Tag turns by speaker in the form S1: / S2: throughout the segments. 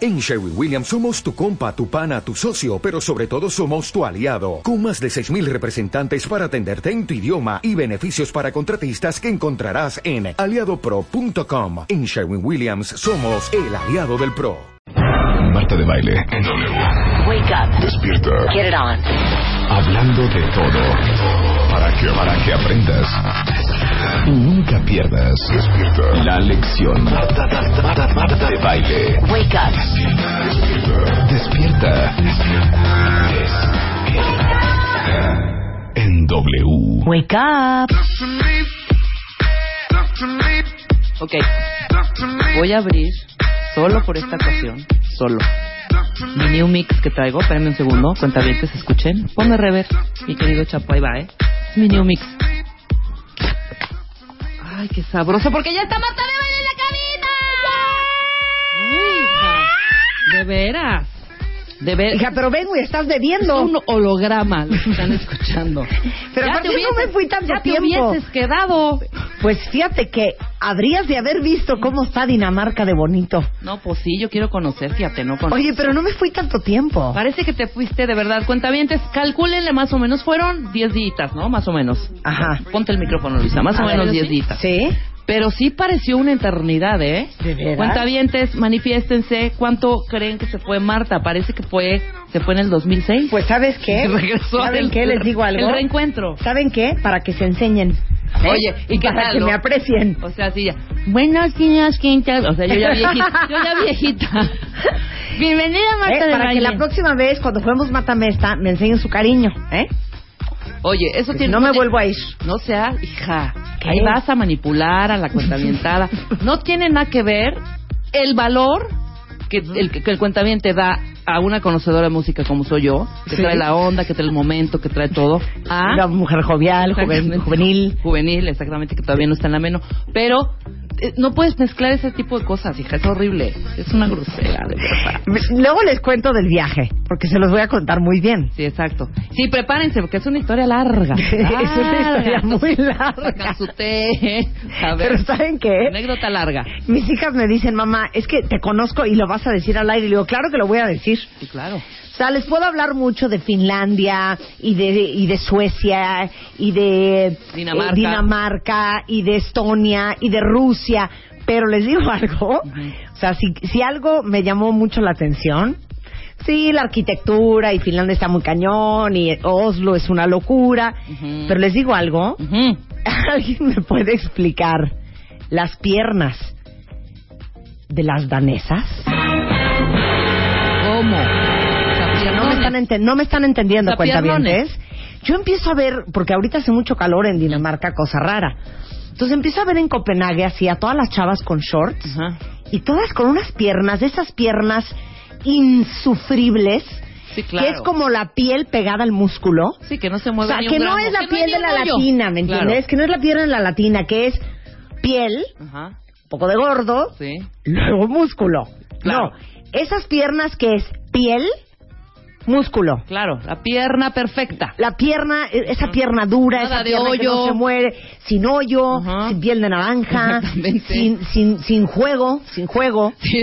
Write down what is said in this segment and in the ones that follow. S1: En Sherwin Williams somos tu compa, tu pana, tu socio, pero sobre todo somos tu aliado, con más de 6.000 representantes para atenderte en tu idioma y beneficios para contratistas que encontrarás en aliadopro.com. En Sherwin Williams somos el aliado del PRO.
S2: Marta de Baile. En W.
S3: Wake up.
S2: Despierta.
S3: Get it on.
S2: Hablando de todo. Para que, para que aprendas. Y nunca pierdas. Despierta. La lección. Marta, Marta, Marta, Marta de Baile.
S3: Wake up.
S2: Despierta. En W.
S3: Wake up.
S4: Ok. Voy a abrir, solo por esta ocasión, solo. Mi new mix que traigo, espérenme un segundo, cuentavientes, escuchen. Ponme rever, mi querido Chapo, ahí va, ¿eh? Es mi new mix. Ay, qué sabroso, porque ya está Marta de Baile en la cabina. Ay, hija, De veras. De veras.
S5: Hija, pero ven, güey, estás
S4: Es
S5: bebiendo.
S4: un holograma lo que están escuchando.
S5: Pero
S4: Ya
S5: aparte
S4: te
S5: no me fui tanto
S4: ya te
S5: tiempo.
S4: hubieses quedado.
S5: Pues fíjate que habrías de haber visto cómo está Dinamarca de bonito.
S4: No, pues sí, yo quiero conocer, fíjate, no conozco.
S5: Oye, pero no me fui tanto tiempo.
S4: Parece que te fuiste de verdad. Cuentavientes, calcúlenle más o menos. Fueron 10 días, ¿no? Más o menos.
S5: Ajá.
S4: Ponte el micrófono, Luisa. Más o
S5: A ver,
S4: menos
S5: ¿sí?
S4: 10 días.
S5: Sí.
S4: Pero sí pareció una eternidad, ¿eh?
S5: ¿De veras?
S4: Cuentavientes, manifiéstense. ¿Cuánto creen que se fue Marta? Parece que fue se fue en el 2006.
S5: Pues ¿sabes qué?
S4: Y regresó
S5: ¿Saben
S4: el-
S5: qué? Les digo algo.
S4: el reencuentro.
S5: ¿Saben qué? Para que se enseñen. ¿eh?
S4: Oye, ¿y qué
S5: Para
S4: tal,
S5: que
S4: no?
S5: me aprecien. ¿Eh?
S4: O sea, sí, ya. Buenos días, Quinta. O sea, yo ya viejita. yo ya viejita. Bienvenida, Marta
S5: ¿Eh?
S4: de
S5: Para que
S4: Baile.
S5: la próxima vez, cuando juguemos Mátame esta, me enseñen su cariño. ¿eh?
S4: Oye, eso
S5: Que
S4: tiene...
S5: Pues no me
S4: tiene-
S5: vuelvo a ir.
S4: No sea, hija,
S5: ¿Qué?
S4: ahí vas a manipular a la cuentavientada. No tiene nada que ver el valor que el, que el cuentaviente da a una conocedora de música como soy yo, que
S5: Sí.
S4: trae la onda, que trae el momento, que trae todo, a...
S5: Una mujer jovial, joven,
S4: Ah. Exactamente.
S5: juvenil.
S4: Juvenil, exactamente, que todavía no está en la meno. Pero eh, no puedes mezclar ese tipo de cosas, hija, es horrible. Es una grosera, de verdad.
S5: Luego les cuento del viaje, porque se los voy a contar muy bien.
S4: Sí, exacto. Sí, prepárense, porque es una historia larga.
S5: es una historia
S4: Larga.
S5: muy larga.
S4: Sacan su té. A ver.
S5: Pero ¿saben qué?
S4: Anécdota larga.
S5: Mis hijas me dicen, mamá, es que te conozco y lo vas a decir al aire. Y le digo, claro que lo voy a decir.
S4: Sí, claro.
S5: O sea, les puedo hablar mucho de Finlandia y de, y de Suecia y de eh,
S4: Dinamarca.
S5: Dinamarca y de Estonia y de Rusia. Pero les digo algo,
S4: Ujú.
S5: o sea, si, si algo me llamó mucho la atención, sí, la arquitectura y Finlandia está muy cañón y Oslo es una locura.
S4: Ujú.
S5: Pero les digo algo,
S4: Ujú.
S5: ¿Alguien me puede explicar las piernas de las danesas?
S4: ¿Cómo?
S5: No me están, enten- no me están entendiendo,
S4: Las
S5: cuentavientes. Yo empiezo a ver, porque ahorita hace mucho calor en Dinamarca, cosa rara. Entonces empiezo a ver en Copenhague así a todas las chavas con shorts
S4: Ajá.
S5: y todas con unas piernas, de esas piernas insufribles,
S4: Sí, claro.
S5: que es como la piel pegada al músculo.
S4: Sí, que no se
S5: O
S4: mueve
S5: sea,
S4: ni un
S5: que no
S4: gramo,
S5: es la
S4: hay
S5: piel
S4: ni
S5: de
S4: un
S5: la
S4: hoyo.
S5: latina, ¿me
S4: Claro.
S5: entiendes? Que no es la piel de la latina, que es piel,
S4: Ajá.
S5: un poco de gordo,
S4: Sí.
S5: luego músculo.
S4: Claro.
S5: No, esas piernas que es piel, músculo.
S4: Claro, la pierna perfecta.
S5: La pierna, eh, esa pierna dura,
S4: Nada
S5: esa
S4: de
S5: pierna que
S4: hoyo.
S5: no se muere, sin hoyo,
S4: Ajá.
S5: sin piel de naranja,
S4: Exactamente.
S5: sin, sin, sin juego, sin juego.
S4: Sí,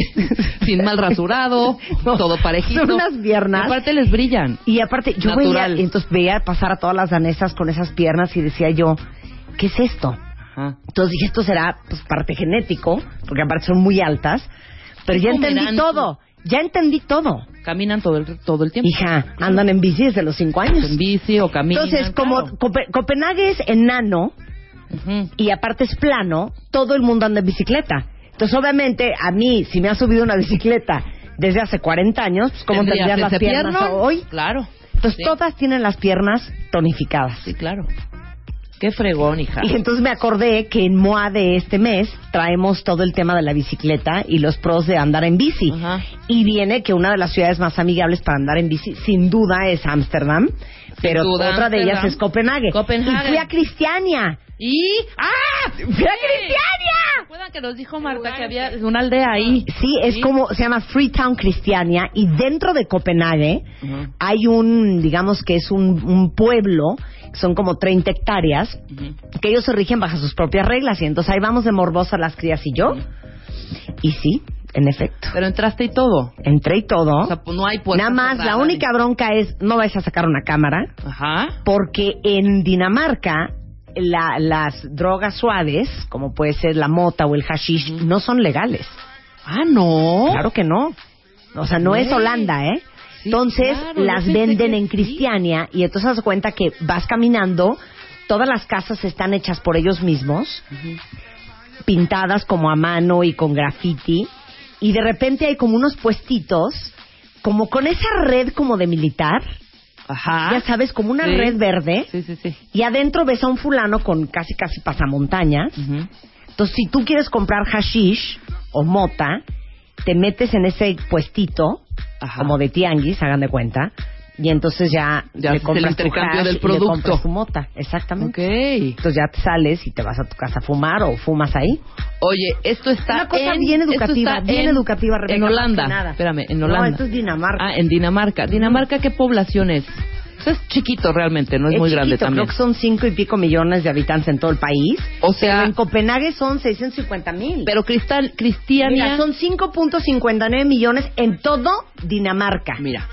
S4: sin mal rasurado,
S5: No,
S4: todo parejito.
S5: son unas piernas.
S4: Y Aparte les brillan.
S5: Y aparte, yo veía,
S4: Natural.
S5: entonces veía pasar a todas las danesas con esas piernas y decía yo, ¿qué es esto?
S4: Ajá.
S5: Entonces dije, esto será pues, parte genético, porque aparte son muy altas, pero
S4: ¿Qué
S5: ya entendí
S4: comerán?
S5: todo, ya entendí todo.
S4: Caminan todo el, todo el tiempo.
S5: Hija, andan en bici desde los cinco años.
S4: En bici o caminan.
S5: Entonces, como
S4: claro.
S5: Cope- Copenhague es enano
S4: Ujú.
S5: y aparte es plano, todo el mundo anda en bicicleta. Entonces, obviamente, a mí, si me ha subido una bicicleta desde hace 40 años, pues, ¿cómo
S4: Tendrías
S5: tendrías las
S4: ese
S5: piernas
S4: piernón.
S5: hoy?
S4: Claro.
S5: Entonces,
S4: Sí.
S5: todas tienen las piernas tonificadas.
S4: Sí, claro. Qué fregón, hija.
S5: Y entonces me acordé que en MOA de este mes traemos todo el tema de la bicicleta y los pros de andar en bici.
S4: Ajá.
S5: Y viene que una de las ciudades más amigables para andar en bici, sin duda, es Ámsterdam. Pero
S4: duda,
S5: otra de ellas
S4: Ámsterdam.
S5: es Copenhague.
S4: Copenhague.
S5: Y fui a Cristiania.
S4: Y... ¡Ah! ¡Fui
S5: ¡Fui a Cristiania!
S4: ¿Recuerdan que nos dijo Marta que había una aldea ahí?
S5: Sí, es como, se llama Freetown Cristiania. Y dentro de Copenhague
S4: Ujú.
S5: hay un, digamos que es un, un pueblo, son como 30 hectáreas,
S4: Ujú.
S5: que ellos se rigen bajo sus propias reglas. Y entonces ahí vamos de morbosa las crías y yo. Y sí, en efecto.
S4: Pero entraste y todo.
S5: Entré y todo.
S4: O sea, pues, no hay puerta
S5: Nada más,
S4: cerrada
S5: la única bronca es, no vais a sacar una cámara,
S4: ni- Ajá.
S5: porque en Dinamarca la- las drogas suaves, como puede ser la mota o el hashish, no son legales.
S4: Ah, no.
S5: Claro que no. O sea, no es
S4: Güey.
S5: Holanda, ¿eh?
S4: Sí,
S5: entonces
S4: claro, yo
S5: las
S4: pensé
S5: venden
S4: que
S5: en
S4: sí.
S5: Cristiania y entonces das cuenta que vas caminando, todas las casas están hechas por ellos mismos,
S4: Ujú.
S5: pintadas como a mano y con graffiti, y de repente hay como unos puestitos, como con esa red como de militar,
S4: Ajá.
S5: ya sabes, como una
S4: Sí.
S5: red verde,
S4: Sí, sí, sí.
S5: y adentro ves a un fulano con casi casi pasamontañas,
S4: Ujú.
S5: entonces, si tú quieres comprar hashish o mota, te metes en ese puestito,
S4: Ajá.
S5: como de tianguis, hagan de cuenta, y entonces ya,
S4: Ya
S5: le
S4: haces el
S5: compras tu
S4: intercambio
S5: hash
S4: del
S5: y le
S4: producto.
S5: compras tu mota, exactamente.
S4: Ok.
S5: Entonces ya te sales y te vas a tu casa a fumar o fumas ahí.
S4: Oye, esto está
S5: Una cosa
S4: en-
S5: bien
S4: esto
S5: educativa,
S4: está
S5: bien
S4: en-
S5: educativa, Rebeca,
S4: En
S5: más que
S4: Holanda.
S5: nada.
S4: Espérame, en
S5: No,
S4: Holanda.
S5: esto es Dinamarca.
S4: Ah, en Dinamarca. Dinamarca, ¿qué población es? O sea, es chiquito realmente, no es, Pues muy grande
S5: chiquito,
S4: también.
S5: Creo que son cinco y pico millones de habitantes en todo el país.
S4: O sea-
S5: Pero en Copenhague son 650 mil.
S4: Pero Cristal, Cristiania...
S5: Mira, son 5.59 millones en todo Dinamarca.
S4: Mira,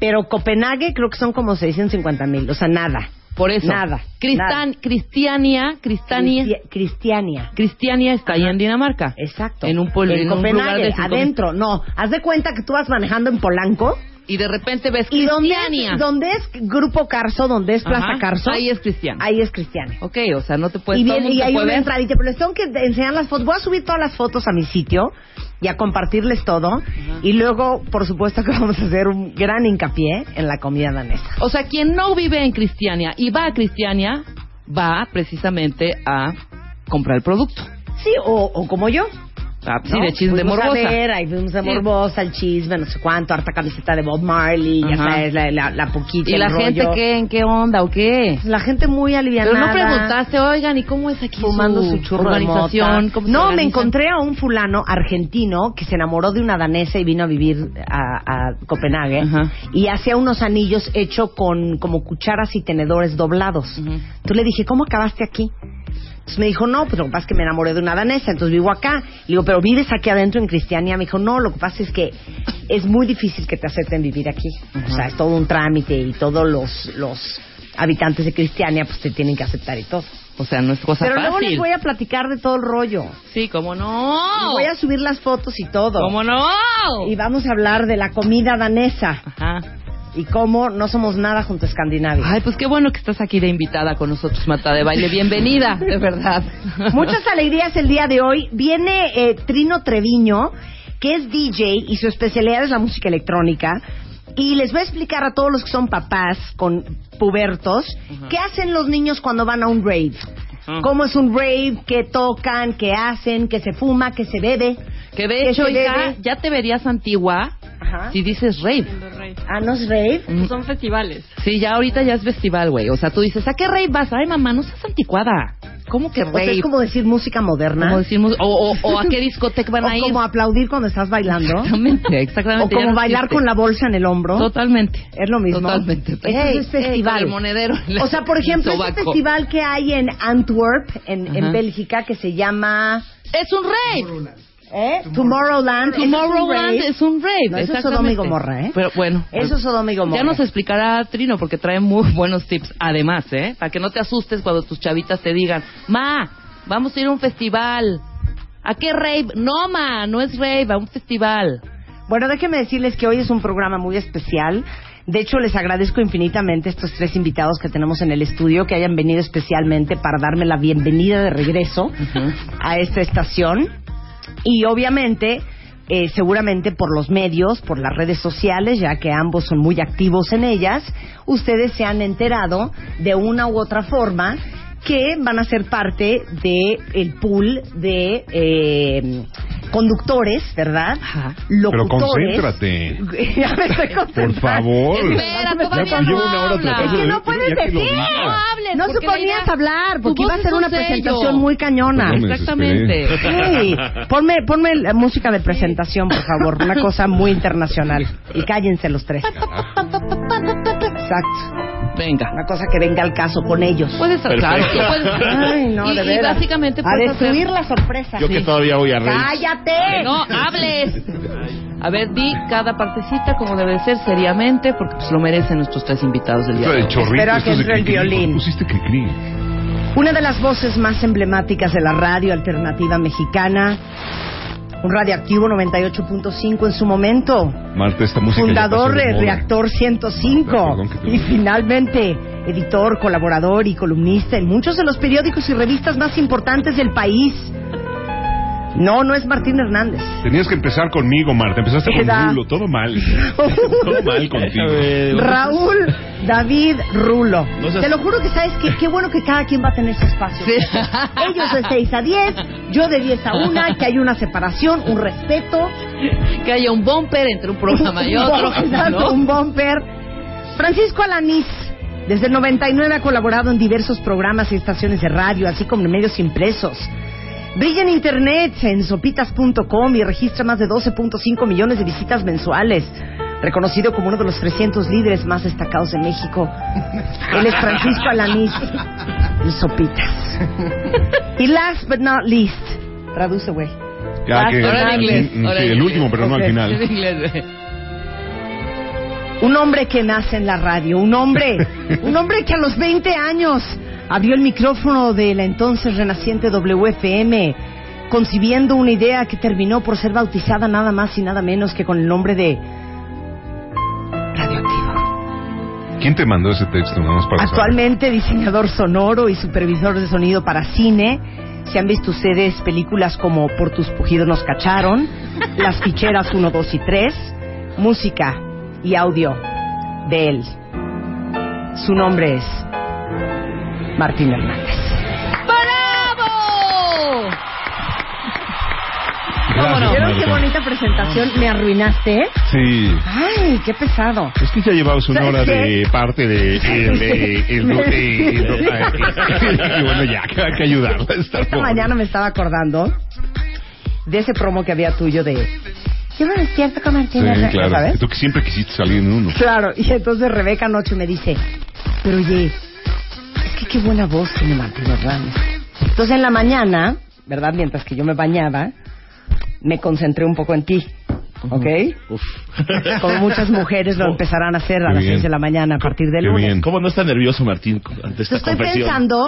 S5: Pero Copenhague creo que son como 650 mil, o sea, nada.
S4: por eso.
S5: Nada,
S4: Cristan,
S5: nada.
S4: Cristiania, Cristania...
S5: Cristi- Cristiania.
S4: Cristiania está ahí en Dinamarca.
S5: Exacto.
S4: En un pueblo,
S5: En
S4: en un lugar
S5: Copenhague,
S4: de cinco mil.
S5: adentro. No, haz de cuenta que tú vas manejando en Polanco.
S4: Y de repente ves
S5: Y donde
S4: Cristiania.
S5: es, donde es Grupo Carso, donde es Plaza
S4: Ajá,
S5: Carso.
S4: Ahí es Cristiania.
S5: Ahí es Cristiania.
S4: Ok, o sea, no te puedes...
S5: y
S4: Pues todo el mundo te
S5: viene- y hay
S4: puede
S5: una
S4: ver.
S5: entradita, pero les tengo que enseñar las fotos. Voy a subir todas las fotos a mi sitio y a compartirles todo. Y luego, por supuesto, que vamos a hacer un gran hincapié en la comida danesa.
S4: O sea, quien no vive en Cristiania y va a Cristiania, va precisamente a comprar el producto.
S5: Sí, o, o como yo.
S4: Ah, sí,
S5: ¿no?
S4: de chisme de
S5: Fuimos
S4: morbosa.
S5: A ver, ahí fuimos de
S4: Sí.
S5: morbosa, el chisme, no sé cuánto, harta camiseta de Bob Marley, ya
S4: Ajá.
S5: sabes, la, la, la poquita,
S4: ¿Y
S5: el
S4: la
S5: rollo.
S4: gente qué? ¿En qué onda o qué?
S5: La gente muy aliviada.
S4: Pero no preguntaste, oigan, ¿y cómo es aquí
S5: Fumando su churro de
S4: organización?
S5: mota.
S4: ¿Cómo se
S5: No, me
S4: organizan?
S5: encontré a un fulano argentino que se enamoró de una danesa y vino a vivir a, a Copenhague
S4: Ajá.
S5: y hacía unos anillos hecho con como cucharas y tenedores doblados.
S4: Ujú.
S5: Entonces le dije, ¿cómo acabaste aquí? Entonces me dijo, no, pues lo que pasa es que me enamoré de una danesa, entonces vivo acá. Le digo, pero vives aquí adentro en Cristiania. Me dijo, no, lo que pasa es que es muy difícil que te acepten vivir aquí. O sea, es todo un trámite y todos los, los habitantes de Cristiania pues te tienen que aceptar y todo.
S4: O sea, no es cosa
S5: Pero luego
S4: fácil.
S5: les voy a platicar de todo el rollo.
S4: Sí, ¿cómo no?
S5: Les voy a subir las fotos y todo.
S4: ¿Cómo no?
S5: Y vamos a hablar de la comida danesa
S4: Ajá.
S5: y cómo no somos nada junto a Escandinavia.
S4: Ay, pues qué bueno que estás aquí de invitada con nosotros, Mata de Baile. Bienvenida, de verdad.
S5: Muchas alegrías el día de hoy. Viene eh, Trino Treviño, que es DJ y su especialidad es la música electrónica. Y les voy a explicar a todos los que son papás con pubertos qué hacen los niños cuando van a un rave.
S4: Ujú.
S5: ¿Cómo es un rave? ¿Qué tocan? ¿Qué hacen? ¿Qué se fuma? ¿Qué se bebe?
S4: Que de
S5: ¿Qué
S4: hecho,
S5: se
S4: hija,
S5: bebe?
S4: ya te verías antigua
S5: Ajá.
S4: si dices rave.
S5: Ah, ¿no es rave?
S4: Mm.
S3: Son festivales.
S4: Sí, ya ahorita ya es festival, güey. O sea, tú dices, ¿a qué rave vas? Ay, mamá, no seas anticuada. ¿Cómo que
S5: O sea,
S4: rave?
S5: es como decir música moderna.
S4: Como decimos, o, o- o a qué discoteca van a
S5: o
S4: ir.
S5: como aplaudir cuando estás bailando.
S4: Exactamente,
S5: o
S4: exactamente. ya
S5: como
S4: no
S5: bailar
S4: existe.
S5: con la bolsa en el hombro.
S4: Totalmente.
S5: Es lo mismo.
S4: Totalmente.
S5: Ey,
S4: Entonces,
S5: es festival.
S4: ey, con el monedero.
S5: O sea, por ejemplo,
S4: El
S5: ese
S4: sobaco.
S5: festival que hay en Antwerp, en, en
S4: Ajá.
S5: Bélgica, que se llama
S4: Es un rave.
S5: ¿eh? Tomorrowland.
S4: Tomorrowland es un rave.
S5: No, eso es
S4: exactamente.
S5: Sodoma y Gomorra, ¿eh?
S4: Pero bueno. pues,
S5: Eso es Sodoma y Gomorra.
S4: Ya nos explicará Trino porque trae muy buenos tips. Además, ¿eh? Para que no te asustes cuando tus chavitas te digan, Ma, vamos a ir a un festival. ¿A qué rave? No, Ma, no es rave, a un festival.
S5: Bueno, déjenme decirles que hoy es un programa muy especial. De hecho, les agradezco infinitamente a estos tres invitados que tenemos en el estudio que hayan venido especialmente para darme la bienvenida de regreso a esta estación. Y obviamente, eh, seguramente por los medios, por las redes sociales, ya que ambos son muy activos en ellas, ustedes se han enterado de una u otra forma que van a ser parte del el pool de eh, conductores, ¿verdad?
S4: Ajá.
S2: Pero
S5: locutores.
S2: concéntrate.
S5: Ya me estoy concentrando.
S2: Por favor.
S4: Espera, todavía
S2: llevo
S4: no
S2: una hora
S4: habla.
S2: tratando
S5: Es que
S2: de-
S5: no puedes
S2: ya que lo
S5: decir.
S2: digas.
S4: No hables.
S5: No
S4: porque
S5: suponías
S4: mira,
S5: hablar,
S4: tu
S5: porque
S4: voz
S5: iba a
S4: es
S5: ser
S4: un
S5: una
S4: sello.
S5: presentación muy cañona.
S2: No me
S4: Exactamente.
S5: Sí. Ponme, ponme la música de presentación, por favor. Una cosa muy internacional. Y cállense los tres. Exacto.
S4: venga.
S5: Una cosa que venga al caso con ellos.
S4: Puedes, claro, tú puedes-
S5: Ay, no,
S4: y,
S5: de
S4: y
S5: veras.
S4: básicamente
S5: A
S4: puedes hacer-
S5: destruir la sorpresa.
S3: Yo que
S5: Sí.
S3: todavía voy a reír.
S5: ¡Cállate!
S4: No hables. A ver, di cada partecita como debe de ser, seriamente, porque pues lo merecen nuestros tres invitados del día. de hoy.
S2: Está de chorrito,
S5: Espero a
S2: esto
S5: que
S2: es de
S5: entre el
S2: cri-cri.
S5: violín.
S2: Pusiste que cri.
S5: Una de las voces más emblemáticas de la radio alternativa mexicana, un radioactivo 98.5 en su momento,
S2: Marta, esta música. ya
S5: fundador
S2: pasó de
S5: de
S2: moda.
S5: Reactor
S2: Ah,
S5: 105
S2: perdón que te-
S5: y finalmente editor, colaborador y columnista en muchos de los periódicos y revistas más importantes del país. No, no es Martín Hernández.
S2: Tenías que empezar conmigo, Marta. Empezaste con
S5: Edad.
S2: Rulo, todo mal. todo mal contigo.
S5: Raúl David Rulo.
S3: No seas-
S5: Te lo juro que sabes que qué bueno que cada quien va a tener su espacio.
S4: Sí.
S5: Ellos de 6 a 10, yo de 10 a 1, que hay una separación, un respeto.
S4: Que haya un bumper entre un programa y otro.
S5: Exacto,
S4: ¿no?
S5: un bumper. Francisco Alanís, desde el 99 ha colaborado en diversos programas y estaciones de radio, así como en medios impresos. Brilla en internet, en sopitas.com y registra más de 12.5 millones de visitas mensuales. Reconocido como uno de los 300 líderes más destacados de México. Él es Francisco Alanís y Sopitas. Y last but not least, traduce, güey.
S2: Ya que-
S4: Ahora en inglés,
S2: mm, mm,
S4: ahora
S2: sí,
S4: en
S2: el
S4: inglés.
S2: último, pero no al
S5: Ok.
S2: final.
S4: Es de inglés, eh. güey.
S5: Un hombre que nace en la radio, un hombre, un hombre que a los 20 años abrió el micrófono de la entonces renaciente WFM, concibiendo una idea que terminó por ser bautizada nada más y nada menos que con el nombre de Radioactivo.
S2: ¿Quién te mandó ese texto? Nada más para saber.
S5: Actualmente diseñador sonoro y supervisor de sonido para cine. Se han visto ustedes películas como Por tus pujidos nos cacharon, Las ficheras 1, 2 y 3, música y audio de él. Su nombre es Martín Hernández.
S4: ¡Bravo!
S2: Gracias,
S5: ¿Vieron qué
S2: Marta.
S5: bonita presentación? Me arruinaste, ¿eh?
S2: Sí.
S5: Ay, qué pesado.
S2: Es que ya llevabas una
S5: ¿Sabes
S2: hora
S5: qué?
S2: de parte de... el- el- el- el- Y bueno, ya, que hay que ayudarla. a estar
S5: Esta
S2: pobre.
S5: mañana me estaba acordando de ese promo que había tuyo de... Yo me despierto con
S2: Sí,
S5: Martín Hernández",
S2: claro.
S5: ¿sabes?
S2: Tú que siempre quisiste salir en uno.
S5: Claro, y entonces Rebeca anoche me dice, pero oye, es que qué buena voz tiene Martín Hernández. Entonces en la mañana, ¿verdad? Mientras que yo me bañaba, me concentré un poco en ti, ¿ok? Como muchas mujeres lo empezarán a hacer a
S2: Oh, Qué
S5: las
S2: bien.
S5: 6 de la mañana a partir del
S2: Qué
S5: lunes.
S2: bien.
S3: ¿Cómo no está nervioso Martín ante esta
S5: Estoy
S3: confesión?
S5: pensando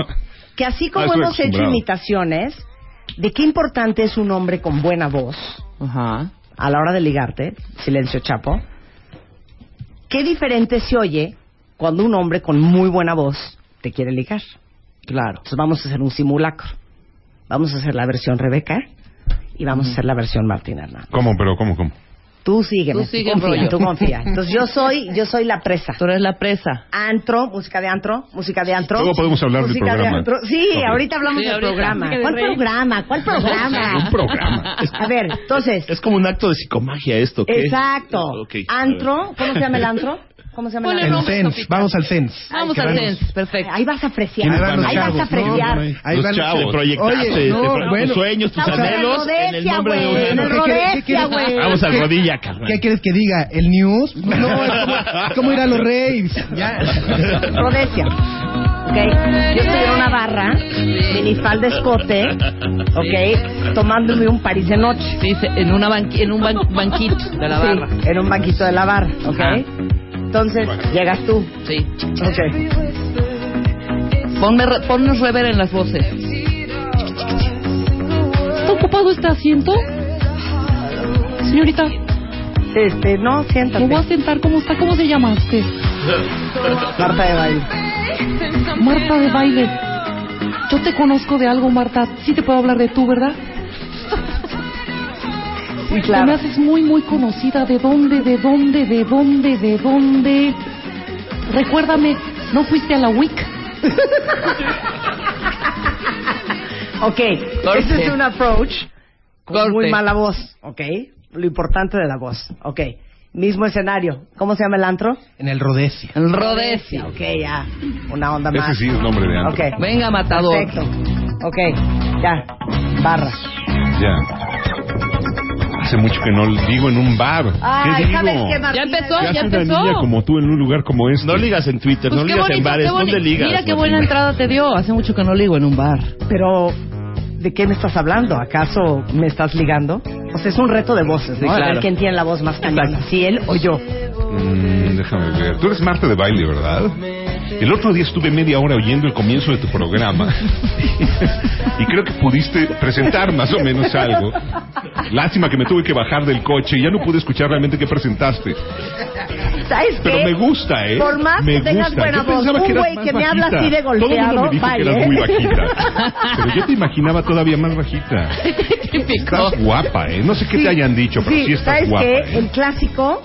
S5: que así
S2: Ah,
S5: como
S2: estoy
S5: hemos hecho
S2: acostumbrado.
S5: imitaciones, de qué importante es un hombre con buena voz
S4: Ajá.
S5: a la hora de ligarte, silencio chapo, qué diferente se oye cuando un hombre con muy buena voz te quiere ligar. Claro. Entonces vamos a hacer un simulacro. Vamos a hacer la versión Rebeca y vamos a hacer la versión Martín Hernández.
S2: ¿Cómo? ¿Pero cómo? ¿Cómo?
S5: Tú sígueme,
S4: Tú sigue el
S5: confía,
S4: rollo.
S5: tú confía. Entonces yo soy, yo soy la presa.
S4: Tú eres la presa.
S5: Antro, música de antro, música de antro.
S2: Luego podemos hablar del
S5: música
S2: programa.
S5: De antro. Sí,
S2: Ok.
S5: ahorita hablamos
S4: Sí,
S5: del
S4: ahorita.
S5: programa.
S4: Música de
S5: ¿Cuál
S4: rey.
S5: programa? ¿Cuál programa?
S2: Un programa.
S5: A ver, entonces,
S3: Es como un acto de psicomagia esto, ¿qué?
S5: Exacto.
S3: Ok, a
S5: Antro, ¿cómo se llama el antro? ¿Cómo se llama el
S4: Ponle
S5: antro?
S6: El
S4: nombre,
S6: CENS,
S4: Sopita.
S6: vamos al CENS.
S4: Vamos
S6: Que
S4: al
S6: vamos-
S4: CENS. Perfecto.
S5: Ahí vas a fresear.
S2: ¿Quiénes van los
S5: Ahí vas a
S2: chavos?
S5: fresear.
S6: No, no,
S3: ver.
S6: ahí
S3: Los
S6: van-
S3: chavos, proyectaste,
S6: Oye, no,
S3: te proyectaste
S6: bueno.
S3: tus sueños, tus
S5: Estamos en
S3: anhelos en el
S5: Rodesia,
S3: nombre de
S5: güey,
S3: un
S5: en el
S3: héroe.
S5: Rodesia,
S6: quieres?
S5: güey.
S3: Vamos al rodilla, carnal.
S6: ¿Qué quieres que diga? ¿El news? No, es como, es como ir a los Raves. Ya.
S5: Rodesia. Ok. Yo estoy en una barra, minifalda escote, ok, tomándome un París de noche.
S4: Sí, se- en, una banqui- en un ban- banquito de la
S5: Sí,
S4: barra. Ah.
S5: en un banquito de la barra, ok.
S4: Ajá.
S5: Entonces, llegas tú.
S4: Sí.
S5: Ok.
S4: Ponme re- ponnos rever en las voces. ¿Está ocupado este asiento? Señorita,
S5: Este, no, siéntate.
S4: me voy a sentar. ¿Cómo está? ¿Cómo se llama usted?
S5: Carta de baile.
S4: Marta de baile. Yo te conozco de algo, Marta. Sí te puedo hablar de tú, ¿verdad?
S5: Sí,
S4: Te me
S5: claro.
S4: haces muy, muy conocida. ¿De dónde, de dónde, de dónde, de dónde? Recuérdame, ¿no fuiste a la WIC?
S5: Ok, ese es un approach con
S4: Corte.
S5: muy mala voz, ok. Lo importante de la voz, ok. Mismo escenario. ¿Cómo se llama el antro?
S6: En el Rodesia.
S4: En Rodesia.
S5: Ok, ya. Una onda
S2: Ese
S5: más.
S2: sí es nombre de antro.
S5: Ok.
S4: Venga, matador.
S5: Perfecto. Ok, ya. Barra.
S2: Ya.
S7: Hace mucho que no digo en un bar.
S5: Ay,
S7: ¿Qué
S5: ¿sabes
S7: digo?
S5: qué, Martín?
S4: Ya empezó,
S7: ¿Qué
S4: ya
S7: hace una
S4: empezó.
S7: niña como tú en un lugar como este?
S3: No ligas en Twitter,
S4: Pues
S3: no
S4: qué
S3: ligas en
S4: bonito,
S3: bares,
S4: qué
S3: ¿dónde
S4: bonito.
S3: ligas?
S4: Mira qué
S3: Martín?
S4: buena entrada te dio. Hace mucho que no ligo en un bar.
S5: Pero, ¿de qué me estás hablando? ¿Acaso me estás ligando? O sea, es un reto de voces, ¿no?
S3: Sí,
S5: A ver
S3: claro.
S5: quién tiene la voz más cañona,
S3: Exacto.
S5: si él o yo.
S7: Mm, déjame ver. Tú eres Marta de baile, ¿verdad? El otro día estuve media hora oyendo el comienzo de tu programa y creo que pudiste presentar más o menos algo. Lástima que me tuve que bajar del coche y ya no pude escuchar realmente qué presentaste.
S5: ¿Sabes
S7: Pero
S5: qué?
S7: me gusta, ¿eh?
S5: Por más
S7: me
S5: que tengas
S7: gusta.
S5: buena
S7: Yo
S5: voz,
S7: pensaba
S5: un
S7: eras
S5: güey
S7: más
S5: que me habla
S7: bajita.
S5: así de
S7: Todo el mundo
S5: golpeado,
S7: me dijo
S5: vale.
S7: que eras muy bajita. Pero yo te imaginaba todavía más bajita.
S4: Típico.
S7: Estás guapa, ¿eh? No sé qué
S5: Sí.
S7: te hayan dicho, pero sí, estás
S5: ¿sabes
S7: guapa.
S5: qué?
S7: ¿eh?
S5: El clásico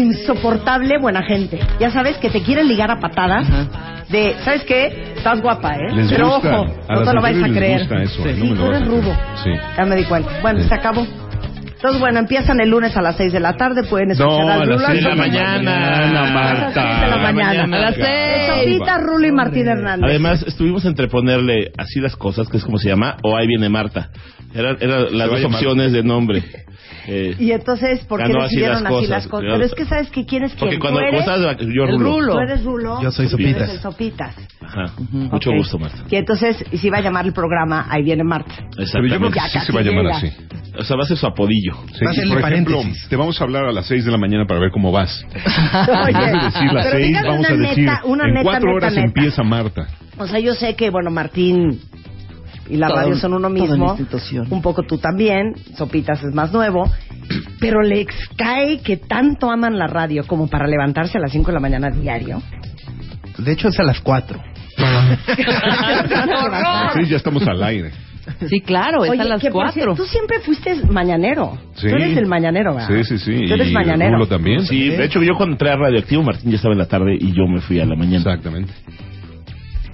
S5: insoportable buena gente. Ya sabes que te quieren ligar a patadas de, ¿sabes qué? Estás guapa, ¿eh?
S7: Les
S5: Pero
S7: gusta.
S5: ojo,
S7: A
S5: no
S7: las
S5: te lo vais a
S7: mujeres les
S5: creer.
S7: gusta eso, ¿eh?
S5: sí,
S7: No me lo
S5: tú
S7: vas
S5: eres
S7: a creer.
S5: rudo.
S7: Sí.
S5: Ya me di cuenta. Bueno,
S7: Sí.
S5: se acabó. Entonces, bueno, empiezan el lunes a las 6 de la tarde, pueden escuchar
S7: No,
S5: al
S7: a las
S5: Rulo.
S7: 6
S3: de la mañana,
S5: A las 6
S7: Marta.
S5: de la mañana.
S3: A las
S7: seis.
S5: Sopita, Rulo y Martín Hernández.
S3: Además, estuvimos entre ponerle así las cosas, que es como se llama, o ahí viene Marta. Eran eran las
S7: va a
S3: dos
S7: llamar.
S3: opciones de nombre. Eh,
S5: Y entonces, ¿por qué
S3: Ganó así
S5: decidieron
S3: las
S5: así
S3: cosas.
S5: las cosas? Pero es que sabes que quién es quién.
S3: porque cuando
S5: Tú
S3: cuando
S5: eres-
S3: estabas de vac- yo
S4: El
S3: rulo.
S4: rulo.
S5: Tú eres Rulo.
S6: Yo soy
S5: tú eres
S6: Sopitas.
S5: el Sopitas.
S3: Ajá. Mucho
S5: Ok.
S3: gusto, Marta.
S5: Y entonces, y si va a llamar el programa, ahí viene Marta.
S7: Pero yo creo que sí
S3: Exactamente.
S5: casi
S7: se va a llamar
S5: llega.
S7: así.
S3: O sea, va a ser su apodillo.
S7: Sí,
S6: Va a ser
S7: por
S6: el
S7: ejemplo,
S6: paréntesis.
S7: te vamos a hablar a las 6 de la mañana para ver cómo vas.
S5: Oye,
S7: En vez de decir las
S5: pero
S7: 6,
S5: díganme
S7: vamos
S5: una
S7: a decir
S5: neta, una
S7: en
S5: neta,
S7: 4
S5: neta,
S7: horas
S5: neta.
S7: empieza Marta.
S5: O sea, yo sé que, bueno, Martín y la
S4: Todo-
S5: radio son uno
S4: toda la
S5: mismo.
S4: institución.
S5: Un poco tú también. Sopitas es más nuevo. Pero les cae que tanto aman la radio como para levantarse a las 5 de la mañana diario.
S6: De hecho, es a las 4.
S7: A las 6 ya estamos al aire.
S4: Sí, claro, es
S5: Oye,
S4: a las
S5: que por
S4: cuatro.
S5: cierto, Tú siempre fuiste mañanero.
S7: Sí.
S5: Tú eres el mañanero, ¿verdad?
S7: Sí, sí, sí.
S5: Tú eres
S7: y
S5: mañanero.
S7: Rulo también.
S3: Sí, de hecho, yo cuando entré a Radioactivo, Martín ya estaba en la tarde y yo me fui a la mañana.
S7: Exactamente.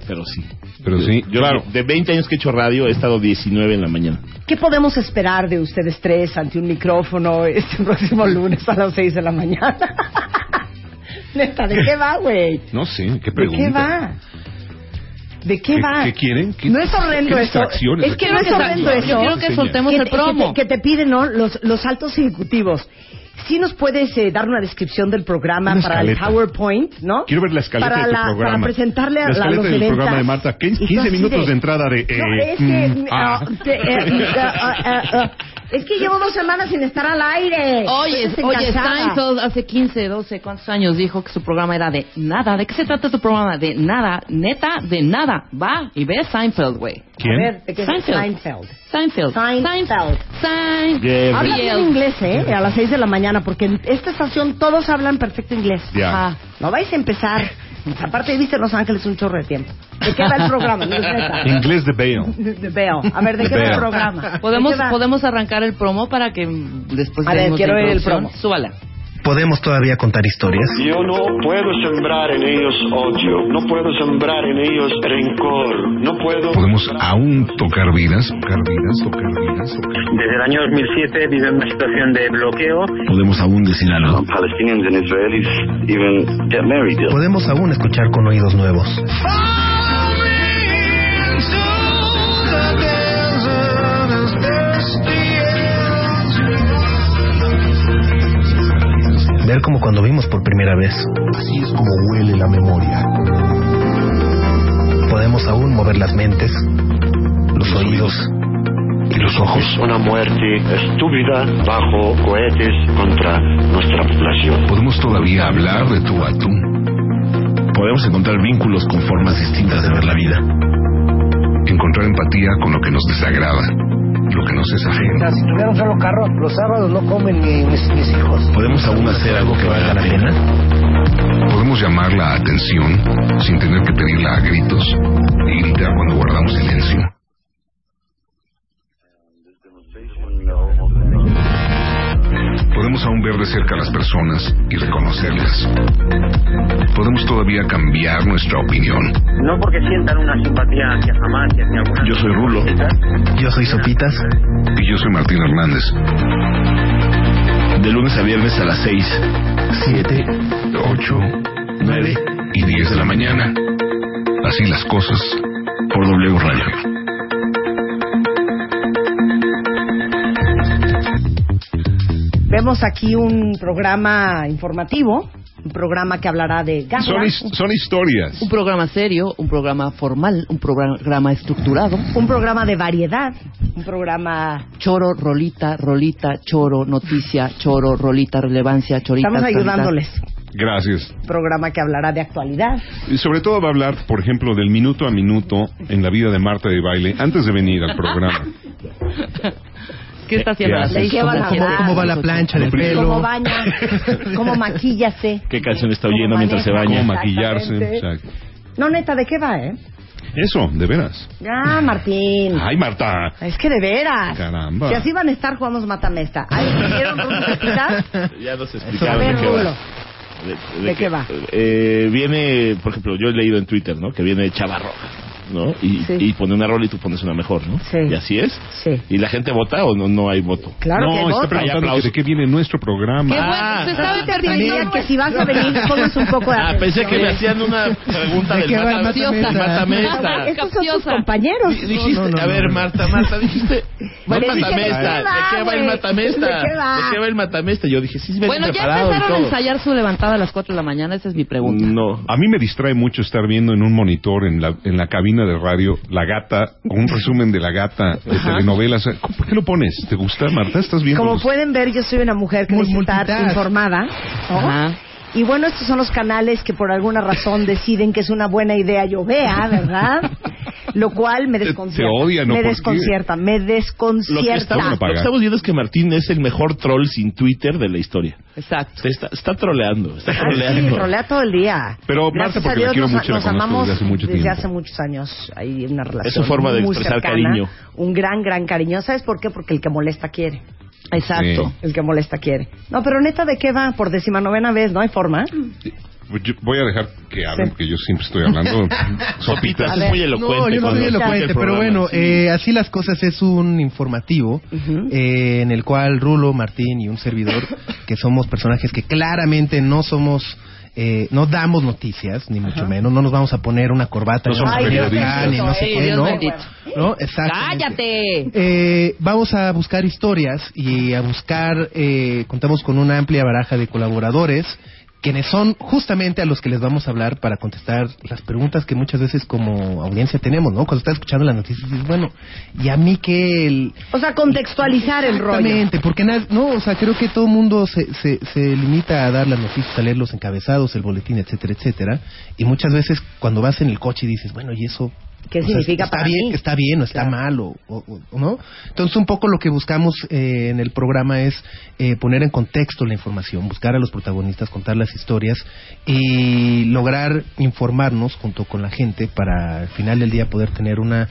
S3: Pero sí.
S7: Pero sí,
S3: Yo,
S7: claro.
S3: de 20 años que he hecho radio, he estado 19 en la mañana.
S5: ¿Qué podemos esperar de ustedes tres ante un micrófono este próximo lunes a las 6 de la mañana? Neta, ¿de qué va, güey?
S7: No sé, qué
S5: ¿De
S7: pregunta.
S5: qué va? ¿De qué,
S7: ¿Qué-
S5: va?
S7: qué quieren? ¿Qué-
S5: no es horrendo
S7: qué
S5: eso.
S7: distracciones?
S5: Es que
S7: Yo
S5: no
S7: creo
S5: es
S7: que
S5: horrendo
S7: sal-
S5: eso.
S4: Yo creo que
S7: Señor.
S4: soltemos
S5: que,
S4: el
S5: te-
S4: promo.
S5: Que te, piden ¿no? los, los altos ejecutivos. Sí nos puedes eh, dar una descripción del programa
S7: Una
S5: para
S7: escaleta.
S5: el PowerPoint, ¿no?
S7: Quiero ver la escaleta
S5: para
S7: de tu
S5: la-
S7: programa.
S5: Para presentarle a
S7: La escaleta
S5: a los
S7: del
S5: eventos.
S7: programa de Marta. Quin-
S5: Y tú
S7: 15
S5: así
S7: minutos de entrada de,
S5: No,
S7: eh,
S5: es que...
S7: mm,
S5: no,
S7: ah.
S5: te- eh, y, ah, ah, ah, ah. Es que llevo dos semanas sin estar al aire.
S4: Oye,
S5: eh, Estoy
S4: oye,
S5: casada.
S4: Seinfeld hace 15, 12, ¿cuántos años dijo que su programa era de nada? ¿De qué se trata tu programa? De nada, neta, de nada. Va y ve Seinfeld, güey.
S7: ¿Quién?
S5: A ver, ¿de qué es?
S4: Seinfeld.
S5: Seinfeld.
S4: Seinfeld.
S5: Seinfeld.
S4: Seinfeld.
S3: Yeah,
S5: Habla bien
S4: Seinfeld.
S5: inglés, ¿eh? A las 6 de la mañana, porque en esta estación todos hablan perfecto inglés.
S7: Ya.
S4: Ajá.
S5: No vais a empezar. Aparte, viste Los Ángeles un chorro de tiempo. ¿De qué va el programa? No es neta.
S7: Inglés de Bale.
S5: De- Veo. A ver, ¿de qué va el
S7: Veo.
S5: programa?
S4: Podemos,
S5: ¿De qué va?
S4: podemos arrancar el promo para que mm, después
S5: A ver,
S4: demos
S5: quiero
S4: la
S5: ver el
S4: introducción.
S5: promo.
S4: Súbala.
S6: ¿Podemos todavía contar historias?
S8: Yo no puedo sembrar en ellos odio, no puedo sembrar en ellos rencor, no puedo...
S2: Podemos aún tocar vidas, tocar vidas, tocar vidas, tocar vidas.
S9: Desde el año 2007 vive una situación de bloqueo.
S3: Podemos aún decir algo.
S8: Palestinians and Israelis even get married.
S6: Podemos aún escuchar con oídos nuevos. Ver como cuando vimos por primera vez.
S2: Así es como huele la memoria.
S6: Podemos aún mover las mentes, los oídos y los ojos.
S8: Es una muerte estúpida bajo cohetes contra nuestra población.
S2: Podemos todavía hablar de tú a tú.
S3: Podemos encontrar vínculos con formas distintas de ver la vida.
S2: Encontrar empatía con lo que nos desagrada, lo que nos es ajeno.
S6: Si tuvieran solo carro, los sábados no comen mis, hijos.
S3: Podemos aún hacer algo que valga la pena.
S2: Podemos llamar la atención sin tener que pedirla a gritos y gritar cuando guardamos silencio. Podemos aún ver de cerca a las personas y reconocerlas. Podemos todavía cambiar nuestra opinión.
S9: No porque sientan una simpatía hacia jamás y hacia alguna.
S2: Yo soy Rulo.
S6: Yo soy Sopitas.
S2: Y yo soy Martín Hernández.
S3: De lunes a viernes a las 6.
S2: 7, 8, 9 y 10 de la mañana. Así las cosas por W Radio.
S5: Vemos aquí un programa informativo, un programa que hablará de gas.
S7: Son, his- son historias.
S4: Un programa serio, un programa formal, un programa estructurado.
S5: Un programa de variedad, un programa...
S4: Choro, rolita, rolita, choro, noticia, choro, rolita, relevancia, chorita.
S5: Estamos
S4: actualidad.
S5: ayudándoles.
S7: Gracias.
S5: Programa que hablará de actualidad.
S7: Y sobre todo va a hablar, por ejemplo, del minuto a minuto en la vida de Marta de Baile antes de venir al programa.
S4: ¿Qué está haciendo?
S7: ¿Qué
S4: la
S7: haces?
S4: seis?
S5: ¿Qué van a
S6: ¿Cómo,
S5: hablar?
S6: cómo va la plancha del
S7: Lo
S5: Cómo
S6: pelo?
S5: baña, cómo maquillase.
S3: ¿Qué canción está
S5: Cómo
S3: oyendo mientras se
S5: maneja,
S7: Cómo
S3: baña?
S7: maquillarse.
S5: exactamente.
S7: exacto.
S5: No, neta, ¿de qué va, eh?
S7: Eso, de veras.
S5: Ah, Martín.
S7: Ay, Marta.
S5: Es que de veras.
S7: Caramba.
S5: Si así van a estar, jugamos matamesta. Ay, ¿Vieron Rulo Pepita?
S3: Ya nos
S5: A
S3: explicaron
S5: ver,
S3: de qué
S5: Rulo.
S3: va. ¿De,
S5: ¿De qué va?
S3: eh, viene, por ejemplo, yo he leído en Twitter, ¿no? Que viene Chava Roja, ¿no? Y,
S5: Sí.
S3: y pone una rola y tú pones una mejor, ¿no?
S5: Sí.
S3: Y así es.
S5: Sí.
S3: ¿Y la gente vota o no, no hay voto?
S5: Claro que
S7: no,
S5: no.
S7: está preguntando que de qué viene nuestro programa.
S4: Qué
S3: Ah.
S4: bueno, se estaba
S5: Yo te diría
S4: perdiendo.
S5: que si vas a venir, pones un poco de
S3: Ah, pensé que me
S5: atención.
S3: hacían una pregunta
S6: ¿De
S3: del
S6: qué va
S3: Mata-
S6: el Matamesta?
S3: del Matamesta.
S5: Ah, bueno, Estos son tus
S4: Capciosa.
S5: compañeros.
S3: Di- Dijiste, a ver, Marta, Marta, dijiste, no
S5: Bueno, dije,
S3: matamesta,
S5: ¿de
S3: ¿de
S5: qué va,
S3: qué va el
S5: güey?
S3: matamesta?
S5: ¿De qué va?
S3: ¿De qué va el matamesta? Yo dije, sí, sí,
S4: Bueno, ya
S3: preparado y
S4: empezaron a
S3: todo.
S4: ensayar su levantada a las 4 de la mañana, esa es mi pregunta.
S3: No,
S7: A mí me distrae mucho estar viendo en un monitor, en la, en la cabina de radio, La Gata, o un resumen de La Gata, de telenovelas. ¿Cómo- ¿Por qué lo pones? ¿Te gusta, Marta? ¿Estás viendo?
S5: Como
S7: los-
S5: pueden ver, yo soy una mujer que
S6: Mul-
S5: necesita estar
S6: multitask.
S5: informada. ¿no?
S4: Ajá.
S5: Y bueno, estos son los canales que por alguna razón deciden que es una buena idea yo vea, ¿verdad? Lo cual me
S7: Te- te
S5: desconcierta.
S7: odian, ¿no?
S5: Me
S7: ¿Por qué?
S5: desconcierta, me
S3: lo que,
S5: desconcierta.
S3: estamos, lo que estamos viendo es que Martín es el mejor troll sin Twitter de la historia.
S4: Exacto.
S3: Se está, está troleando, está
S5: Ah, sí,
S3: troleando.
S5: trolea todo el día.
S7: Pero Marta,
S5: Gracias a
S7: porque la
S5: Dios,
S7: quiero
S5: nos,
S7: mucho, la
S5: nos
S7: conozco
S5: amamos
S7: desde hace mucho
S5: desde
S7: tiempo.
S5: hace muchos años. Hay una relación
S3: Es su forma de
S5: muy
S3: expresar
S5: cercana,
S3: cariño.
S5: Un gran, gran cariño. ¿Sabes por qué? Porque el que molesta quiere.
S4: Exacto.
S7: Sí.
S5: El que molesta quiere. No, pero neta, ¿de qué va? Por decimanovena vez, ¿no hay forma?
S7: Yo voy a dejar que hablen,
S5: Sí.
S7: porque yo siempre estoy hablando
S3: Sopitas
S7: sopitas.
S3: es muy elocuente.
S6: No, yo no
S3: cuando
S6: soy
S3: escucha
S6: elocuente,
S3: el
S6: pero
S3: programa.
S6: bueno, eh, así las cosas es un informativo
S5: Ujú.
S6: eh, en el cual Rulo, Martín y un servidor, que somos personajes que claramente no somos, eh, no damos noticias, ni mucho menos, no nos vamos a poner una corbata,
S7: No
S6: ni
S7: somos
S6: vamos a poner
S7: periodistas.
S6: acá, ni no sé
S4: Ay,
S6: qué,
S4: Dios
S6: ¿no?
S4: bendito.
S6: ¿No? Exactamente.
S4: ¡Cállate!
S6: Eh, vamos a buscar historias y a buscar, eh, contamos con una amplia baraja de colaboradores, quienes son justamente a los que les vamos a hablar para contestar las preguntas que muchas veces como audiencia tenemos, ¿no? Cuando estás escuchando las noticias dices, bueno, ¿y a mí qué el...?
S5: O sea, contextualizar el rollo.
S6: Exactamente, porque na- no, o sea, creo que todo el mundo se, se, se limita a dar las noticias, a leer los encabezados, el boletín, etcétera, etcétera. Y muchas veces cuando vas en el coche y dices, bueno, ¿y eso
S5: ¿Qué
S6: o sea,
S5: significa
S6: está
S5: para
S6: bien,
S5: mí?
S6: Está bien o está
S5: Claro.
S6: mal, o, o- o- ¿no? Entonces, un poco lo que buscamos eh, en el programa es eh, poner en contexto la información, buscar a los protagonistas, contar las historias y lograr informarnos junto con la gente para al final del día poder tener una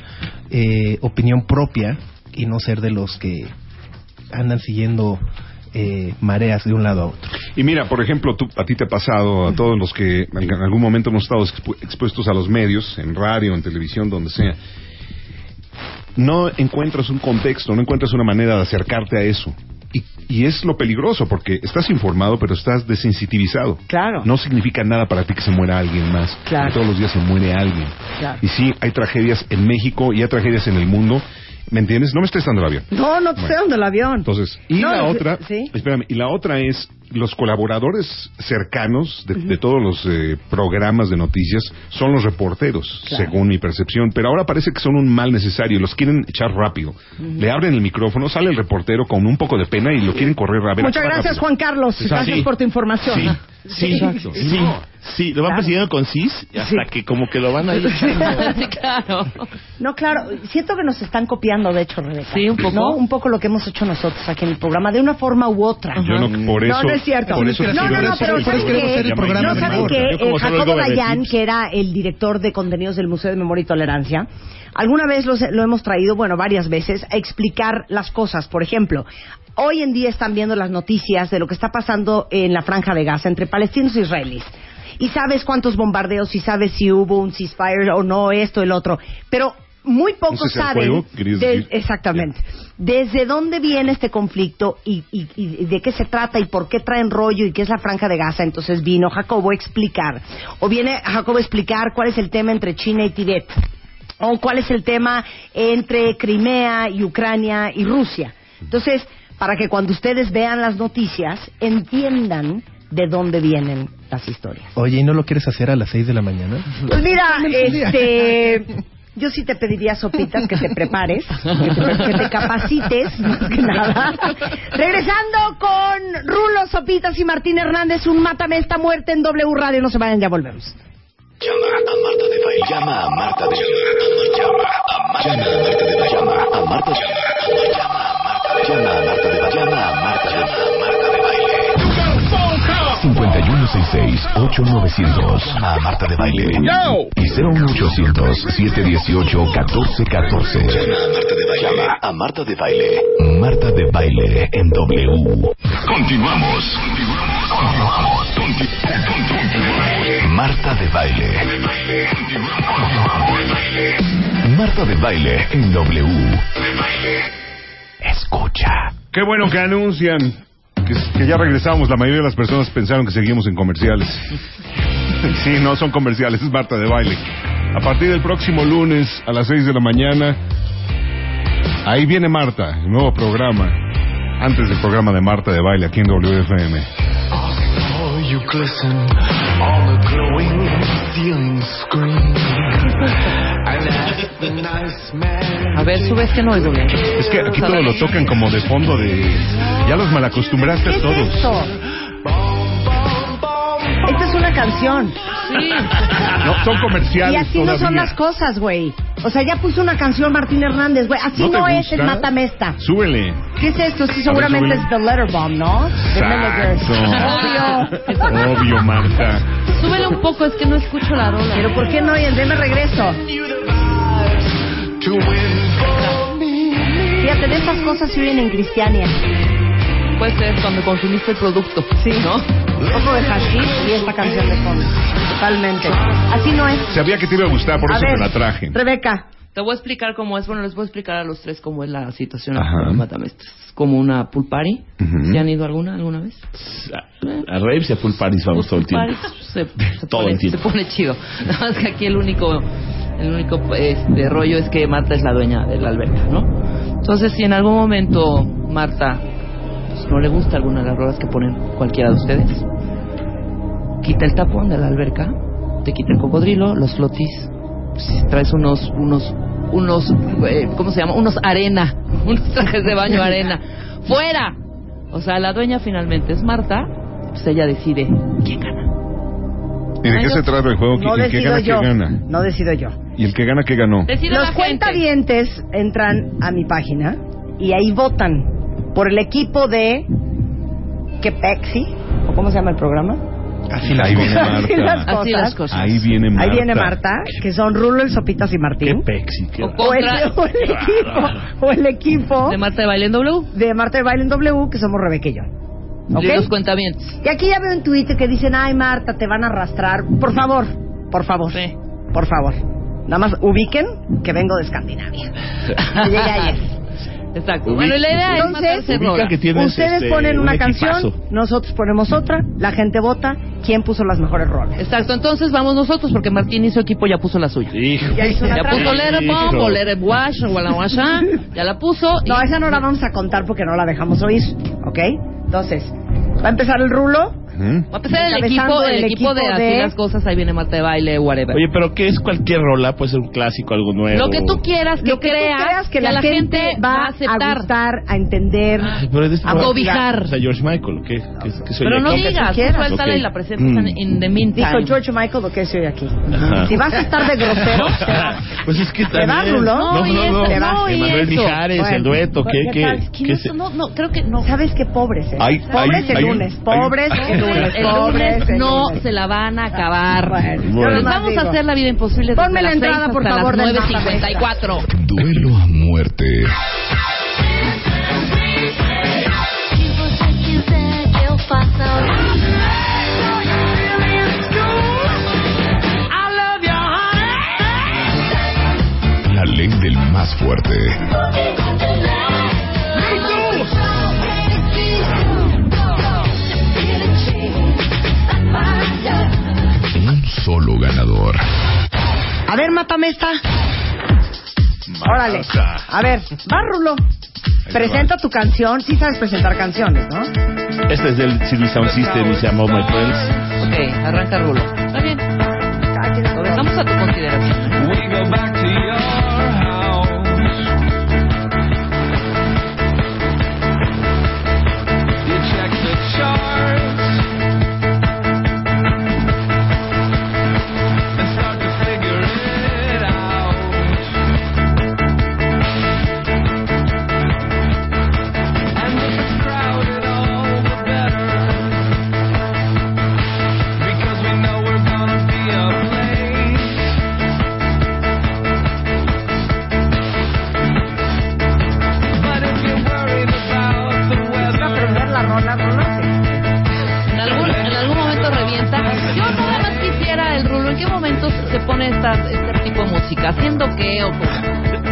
S6: eh, opinión propia y no ser de los que andan siguiendo eh, mareas de un lado a otro.
S7: Y mira, por ejemplo, tú- a ti te ha pasado, a todos los que en algún momento hemos estado expu- expuestos a los medios, en radio, en televisión, donde sea. No encuentras un contexto, no encuentras una manera de acercarte a eso. Y, y es lo peligroso, porque estás informado, pero estás desensitivizado.
S5: Claro.
S7: No significa nada para ti que se muera alguien más.
S5: Claro.
S7: Porque Todos los días se muere alguien.
S5: Claro.
S7: Y sí, hay tragedias en México y hay tragedias en el mundo. ¿Me entiendes? No me estés dando la avión.
S5: No, no te estoy
S7: Bueno.
S5: dando el avión.
S7: Entonces, y
S5: No,
S7: la
S5: es-
S7: otra,
S5: sí.
S7: espérame, y la otra es los colaboradores cercanos de, de todos los eh, programas de noticias son los reporteros, según mi percepción, pero ahora parece que son un mal necesario, los quieren echar rápido. Le abren el micrófono, sale el reportero con un poco de pena y lo quieren correr a ver,
S5: Muchas
S7: acaba
S5: gracias,
S7: rápido.
S5: Juan Carlos.
S7: Exacto.
S5: Gracias
S7: Sí.
S5: por tu información.
S3: Sí, sí,
S7: Exacto.
S3: sí, sí, lo van persiguiendo con cis hasta que como que lo van a ir echando.
S4: Sí, claro.
S5: No, claro, siento que nos están copiando, de hecho, Rebeca.
S4: Sí, un poco.
S5: ¿No? Un poco lo que hemos hecho nosotros aquí en el programa, de una forma u otra.
S7: Yo no, por eso,
S5: No, no es cierto.
S7: Por eso
S6: No,
S5: no, no,
S7: quiero
S5: no,
S7: decir
S5: pero
S7: que
S5: ¿saben
S6: queremos
S5: qué?
S6: hacer el programa
S5: No,
S6: de
S5: ¿saben
S6: mejor.
S5: qué?
S3: Yo como
S5: Eh,
S3: solo
S5: Jacobo
S3: oigo
S5: Dayan,
S3: Bebetips.
S5: que era el director de contenidos del Museo de Memoria y Tolerancia, alguna vez los- lo hemos traído, bueno, varias veces, a explicar las cosas. Por ejemplo, hoy en día están viendo las noticias de lo que está pasando en la Franja de Gaza entre palestinos e israelíes. Y sabes cuántos bombardeos, y sabes si hubo un ceasefire o no, esto, el otro. Pero muy
S7: Ese
S5: pocos
S7: es el
S5: saben.
S7: juego, querías
S5: del-
S7: decir.
S5: exactamente. ¿Desde dónde viene este conflicto y, y- y de qué se trata y por qué traen rollo y qué es la franja de Gaza? Entonces vino Jacobo a explicar, o viene Jacobo a explicar cuál es el tema entre China y Tibet, o cuál es el tema entre Crimea y Ucrania y Rusia. Entonces, para que cuando ustedes vean las noticias entiendan de dónde vienen las historias.
S6: Oye, ¿y no lo quieres hacer a las 6 de la mañana?
S5: Pues mira, este, yo sí te pediría, Sopitas, que te prepares, que te, que te capacites, más que nada. Regresando con Rulo, Sopitas y Martín Hernández, un Mátame esta muerte en W Radio. No se vayan, ya volvemos.
S2: Llama a Marta de Baile. Llama a Marta de Baile. Llama a Marta de Baile. Llama a Marta de Baile. Llama a Marta de Baile. Llama a Marta de Baile. Llama a Marta de Baile. 5166-8900 Llama a Marta de Baile y 01800-718-1414 Llama a Marta de Baile Marta de Baile en W Continuamos Continuamos Marta de Baile Marta de Baile en W Escucha
S7: Qué bueno que anuncian que, que ya regresamos. La mayoría de las personas pensaron que seguimos en comerciales. Sí, no son comerciales, es Marta de Baile. A partir del próximo lunes a las 6 de la mañana, ahí viene Marta, el nuevo programa. Antes del programa de Marta de Baile aquí en WFM.
S2: you glisten on the glowing ceiling screen. And as the nice man
S4: A ver, subes que no oigo bien.
S7: Es que aquí todo lo tocan como de fondo de... Ya los malacostumbraste a todos.
S5: Esta es una canción.
S7: No, son comerciales
S5: Y así no son
S7: todavía.
S5: las cosas, güey. O sea, ya puso una canción Martín Hernández, güey. Así
S7: ¿No te
S5: no, es el
S7: gusta?
S5: Mátame esta.
S7: Súbele.
S5: ¿Qué es esto? Sí, seguramente
S7: súbele.
S5: es The Letter Bomb, ¿no? The Meloders.
S7: Exacto.
S5: Obvio.
S7: Obvio, Marta.
S4: Súbele un poco, es que no escucho la rola.
S5: Pero ¿por qué no? Y el de me regreso.
S2: to win for me.
S5: Fíjate, de estas cosas se oyen en Cristiania.
S4: Puede ser cuando consumiste el producto. Sí, ¿no?
S5: Un poco de hashish y esta canción de fondo. Totalmente. Así no es.
S7: Sabía que te iba a gustar, por
S5: A
S7: eso
S5: ver,
S7: te la traje.
S5: Rebeca,
S4: Te voy a explicar cómo es. Bueno, les voy a explicar a los tres cómo es la situación.
S7: Ajá.
S4: Mátame esto. Es como una pool party.
S7: Ujú.
S4: ¿Se han ido alguna alguna vez?
S3: A, a raves y a full parties vamos todo el tiempo.
S4: Se, se
S3: Todo
S4: pone,
S3: el tiempo.
S4: se pone chido. Nada más que aquí el único, el único este, rollo es que Marta es la dueña de la alberca, ¿no? Entonces, si en algún momento Marta pues, no le gusta alguna de las rolas que ponen cualquiera de ustedes, quita el tapón de la alberca, te quita el cocodrilo, los flotis, si traes unos, unos, unos, eh, ¿cómo se llama? Unos arena, unos trajes de baño arena. ¡Fuera! O sea, la dueña finalmente es Marta, pues ella decide quién gana.
S7: ¿Y de qué se trata el juego?
S5: no
S7: ¿Y el que
S5: decido
S7: gana,
S5: yo.
S7: qué gana?
S5: No decido yo.
S7: ¿Y el que gana, qué ganó?
S4: Decide la
S5: Los
S4: gente.
S5: cuentadientes entran a mi página y ahí votan por el equipo de Quepexi, o cómo se llama el programa.
S6: Así
S7: Ahí viene
S5: Así las
S7: Marta.
S5: cosas.
S4: Así las cosas.
S7: Ahí viene Marta.
S5: Ahí viene Marta, que son Rulo, el Sopitas y
S3: Qué
S5: Martín.
S3: pexi. qué-
S4: O
S5: O el,
S4: contra
S5: o el equipo, o el equipo
S4: de Marta de Baile en W.
S5: de Marta de Baile en W, que somos Rebeca y yo. ¿Ok?
S4: De los cuentavientes.
S5: Y aquí ya veo en Twitter que dicen, ay Marta, te van a arrastrar. Por favor, por favor,
S4: Sí.
S5: por favor. Nada más ubiquen que vengo de Escandinavia. Que llegué ayer.
S4: Exacto. Bueno, la idea es
S5: Entonces,
S4: matarse
S3: ubica
S4: rola.
S3: que tienes,
S5: Ustedes
S3: este,
S5: ponen
S3: un
S5: una
S3: equipazo.
S5: canción, nosotros ponemos otra, la gente vota quién puso las mejores rolas.
S4: Exacto, entonces vamos nosotros porque Martín y su equipo ya puso la suya.
S3: Hijo.
S5: Ya hizo una
S4: Ya
S5: trampa.
S4: puso Letter Bomb, o Letter Wash, o la Washa, ya la puso. y-
S5: No, esa no la vamos a contar porque no la dejamos oír, ¿ok? Entonces, va a empezar el rulo.
S7: Ujú.
S4: Va a pesar el
S5: Encabezando
S4: equipo, el,
S5: el
S4: equipo de,
S5: equipo
S4: así
S5: de-
S4: las cosas, ahí viene Marta de baile, whatever.
S3: Oye, pero ¿qué es cualquier rola? Puede ser un clásico, algo nuevo.
S4: lo que tú quieras, que
S5: Lo que tú
S4: creas,
S5: creas que la, gente, va a
S4: aceptar.
S5: gustar, a entender.
S3: Ay, pero eres-
S4: Acobijar.
S3: O sea, George Michael, ¿qué? ¿Qué, qué soy
S4: pero
S3: yo?
S4: no
S3: ¿Qué?
S4: digas, tú
S5: quieras.
S4: suéltala
S3: Ok.
S4: y la presentas
S3: Mm.
S4: en in the meantime.
S5: Dijo George Michael lo que soy aquí.
S3: Ajá.
S5: Si vas a estar de grosero, te vas.
S3: Pues es que
S5: Te vas,
S3: también-
S5: Rulo.
S3: No,
S4: No, y
S3: no,
S4: eso,
S3: no.
S5: te vas,
S4: no, y
S3: Emanuel
S4: eso. pues,
S3: Mijares, el
S5: Bueno,
S3: dueto, ¿qué? ¿qué,
S4: tal?
S3: qué,
S4: Que no,
S3: se-
S4: no, no, creo que no.
S5: ¿Sabes qué pobres, eh?
S7: Ay,
S5: pobres
S7: ay,
S5: el
S7: ay,
S5: lunes,
S7: ay.
S5: pobres el lunes,
S4: El
S5: pobres
S4: lunes
S5: el
S4: no
S5: lunes.
S4: se la van a acabar.
S5: Bueno, yo
S7: Bueno.
S4: Les
S5: nomás
S4: vamos a
S5: digo.
S4: hacer la vida imposible. desde
S5: Ponme la
S4: las
S5: entrada,
S4: seis
S5: por
S4: hasta
S5: favor,
S4: las
S5: del
S4: 9.54.
S2: Duelo a muerte. La ley del más fuerte. Un solo ganador.
S5: A ver, mátame esta. Órale.
S7: Marta.
S5: A ver, va Rulo.
S7: Ahí
S5: Presenta tu canción, sí sabes presentar canciones, ¿no?
S3: Este es del CD Sound System y se llama My Friends.
S4: Ok, arranca Rulo. Está bien. Lo dejamos a tu consideración. ¿eh? En algún, en algún momento revienta. Yo nada más quisiera el Rulo. ¿En qué momentos se pone esta- este tipo de música? ¿Haciendo qué o cómo?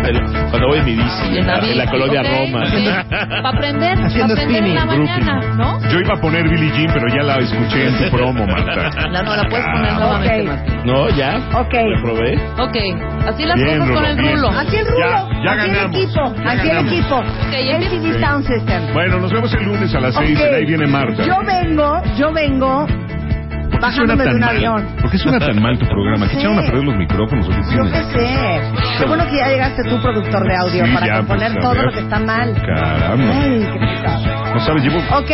S3: Pero Cuando voy en mi bici, en la, en la colonia Roma.
S4: Para aprender, pa'
S6: Haciendo
S4: aprender en la
S7: spinning,
S4: mañana, ¿no?
S7: Yo iba a poner Billie Jean, pero ya la escuché en tu promo, Marta.
S4: La, no la puedes poner
S7: Ah,
S4: nuevamente,
S5: ok.
S4: Martín.
S3: No, ya.
S5: Ok.
S3: Lo probé.
S4: Ok, así las
S7: Bien,
S4: cosas con
S7: Rulo,
S4: el
S7: bien.
S4: rulo.
S5: Así el Rulo,
S7: Ya- ya
S5: así
S7: ganamos,
S5: el equipo,
S7: ya
S5: así
S7: ganamos.
S5: el equipo. Este el
S4: empieza.
S5: CD Sound System.
S7: Bueno, nos vemos el lunes a las seis.
S5: Ok.
S7: De ahí viene Marta. Pues
S5: Yo vengo, yo vengo
S7: suena
S5: bajándome de
S7: tan
S5: un
S7: mal?
S5: avión.
S7: ¿Por qué suena tan mal tu programa? ¿Que
S5: Sí.
S7: echaron a perder los micrófonos? o qué
S5: Yo
S7: tiene?
S5: qué sé. Qué bueno que ya llegaste tú, productor de audio,
S7: Sí,
S5: para
S7: ya,
S5: componer
S7: pues, a
S5: todo
S7: ver.
S5: lo que está mal.
S7: Caramba.
S5: Ay, qué pesado.
S7: No sabes, llevo... Bueno,
S5: Ok,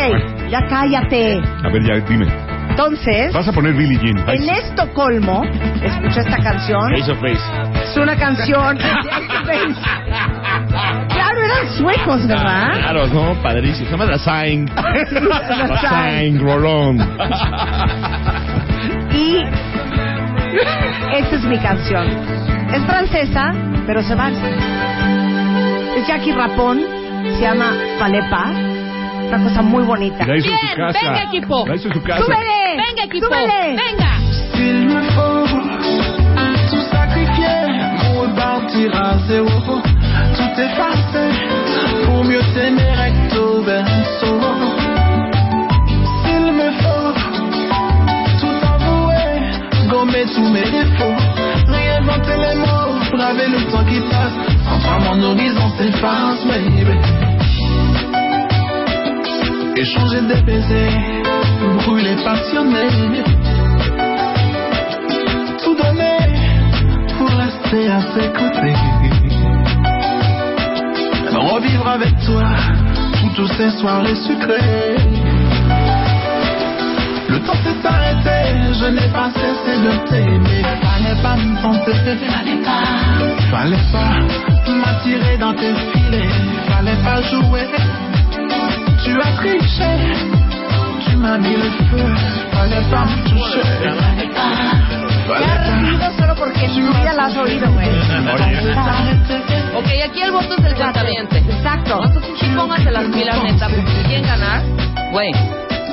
S5: ya cállate.
S7: a ver, ya, dime.
S5: Entonces,
S7: Vas a poner Billie Jean. Ay,
S5: en Estocolmo, escucha esta canción.
S3: Face of Face.
S5: Es una canción. claro, eran suecos,
S4: Ah.
S5: ¿verdad?
S3: Claro, no, padrísimo. Se llama La Sign. La Sign, Rolón.
S5: Y esta es mi canción. Es francesa, pero se va. Es Jackie Rapón, se llama Palepa. Una cosa muy bonita.
S7: la hizo en
S4: Bien,
S7: su casa.
S4: venga, equipo.
S7: La hizo en su casa.
S5: ¡Súbele!
S4: Venga, equipo.
S5: ¡Súbele!
S4: Venga.
S9: Échanger des baisers, brûler passionné. Tout donner pour rester à ses côtés. Revivre avec toi toutes ces soirées sucrées. Le temps s'est arrêté, je n'ai pas cessé de t'aimer. Fallait pas me tenter, fallait pas, fallait pas m'attirer dans tes filets, fallait pas jouer. Tu as triché, tu m'as mis le feu, fallait pas me toucher.
S5: Ya
S9: Fallait
S5: repito solo porque en tu vida la has oído, güey.
S4: Ok, aquí el voto es del cantante.
S5: Exacto.
S4: Entonces, sí, pónganse las pilas, neta, porque si quieren ganar, güey.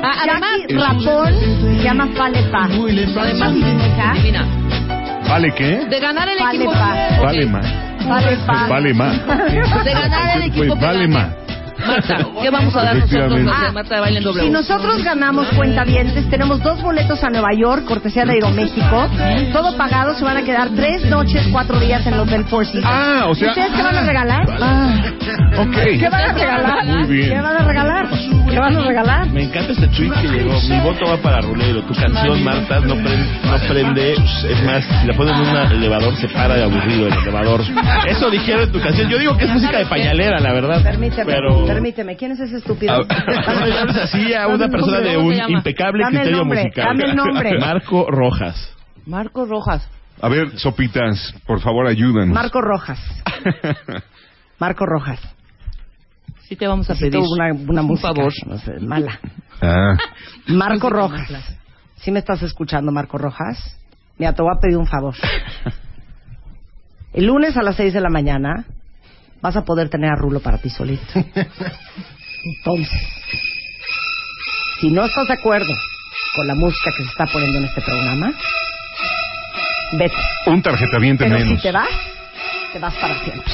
S4: Ah, además,
S5: Jackie Rapón se llama Palepa.
S4: además,
S5: Ajá.
S4: divina.
S7: ¿Vale qué?
S4: De ganar el
S5: Vale,
S4: equipo.
S5: pa.
S4: Ok,
S7: Vale más.
S5: Palepa.
S7: Pues vale más.
S4: De ganar el equipo.
S7: Pues
S4: que
S7: vale
S4: gane.
S7: más.
S4: Marta, ¿qué vamos a dar nosotros los
S7: Efectivamente.
S4: de Marta de Baile en doble?
S5: Ah, Si nosotros ganamos cuentavientes, tenemos dos boletos a Nueva York, cortesía de Aeroméxico. Todo pagado, se van a quedar tres noches, cuatro días en los del Four Seasons.
S7: Ah, o sea-
S5: ¿Ustedes qué van a
S7: ah.
S5: regalar?
S7: Ok.
S5: ¿Qué van a regalar?
S7: Muy bien.
S5: ¿Qué van a regalar? ¿Qué van a regalar?
S3: Me encanta este tweet que llegó. Mi voto va para Rulero. Tu canción, Marta, no, pren- no prende. Es más, si la ponen en un elevador, se para de aburrido el elevador. Eso dijeron en tu canción. Yo digo que es música de pañalera, la verdad.
S5: Permíteme,
S3: Pero...
S5: permíteme. ¿Quién es ese estúpido?
S3: Ah, No le hables así a
S5: Dame
S3: una
S5: el
S3: persona
S5: nombre,
S3: de
S5: ¿cómo
S3: un
S4: se llama?
S3: impecable
S5: Dame el
S3: criterio
S5: nombre,
S3: musical.
S5: dame el nombre.
S3: Marco Rojas.
S4: Marcos Rojas.
S7: A ver, Sopitas, por favor, ayúdanos.
S5: Marco Rojas. Marco Rojas.
S4: Sí te vamos a pedir
S5: Necesito una, una
S4: un
S5: música,
S4: favor.
S5: no sé, mala.
S7: Ah,
S5: Marco Rojas. ¿Sí me estás escuchando, Marco Rojas? Mira, te voy a pedir un favor. El lunes a las 6 de la mañana vas a poder tener a Rulo para ti solito. Entonces, si no estás de acuerdo con la música que se está poniendo en este programa, vete.
S7: un tarjetaviente
S5: Pero
S7: menos.
S5: si te vas, te vas para siempre.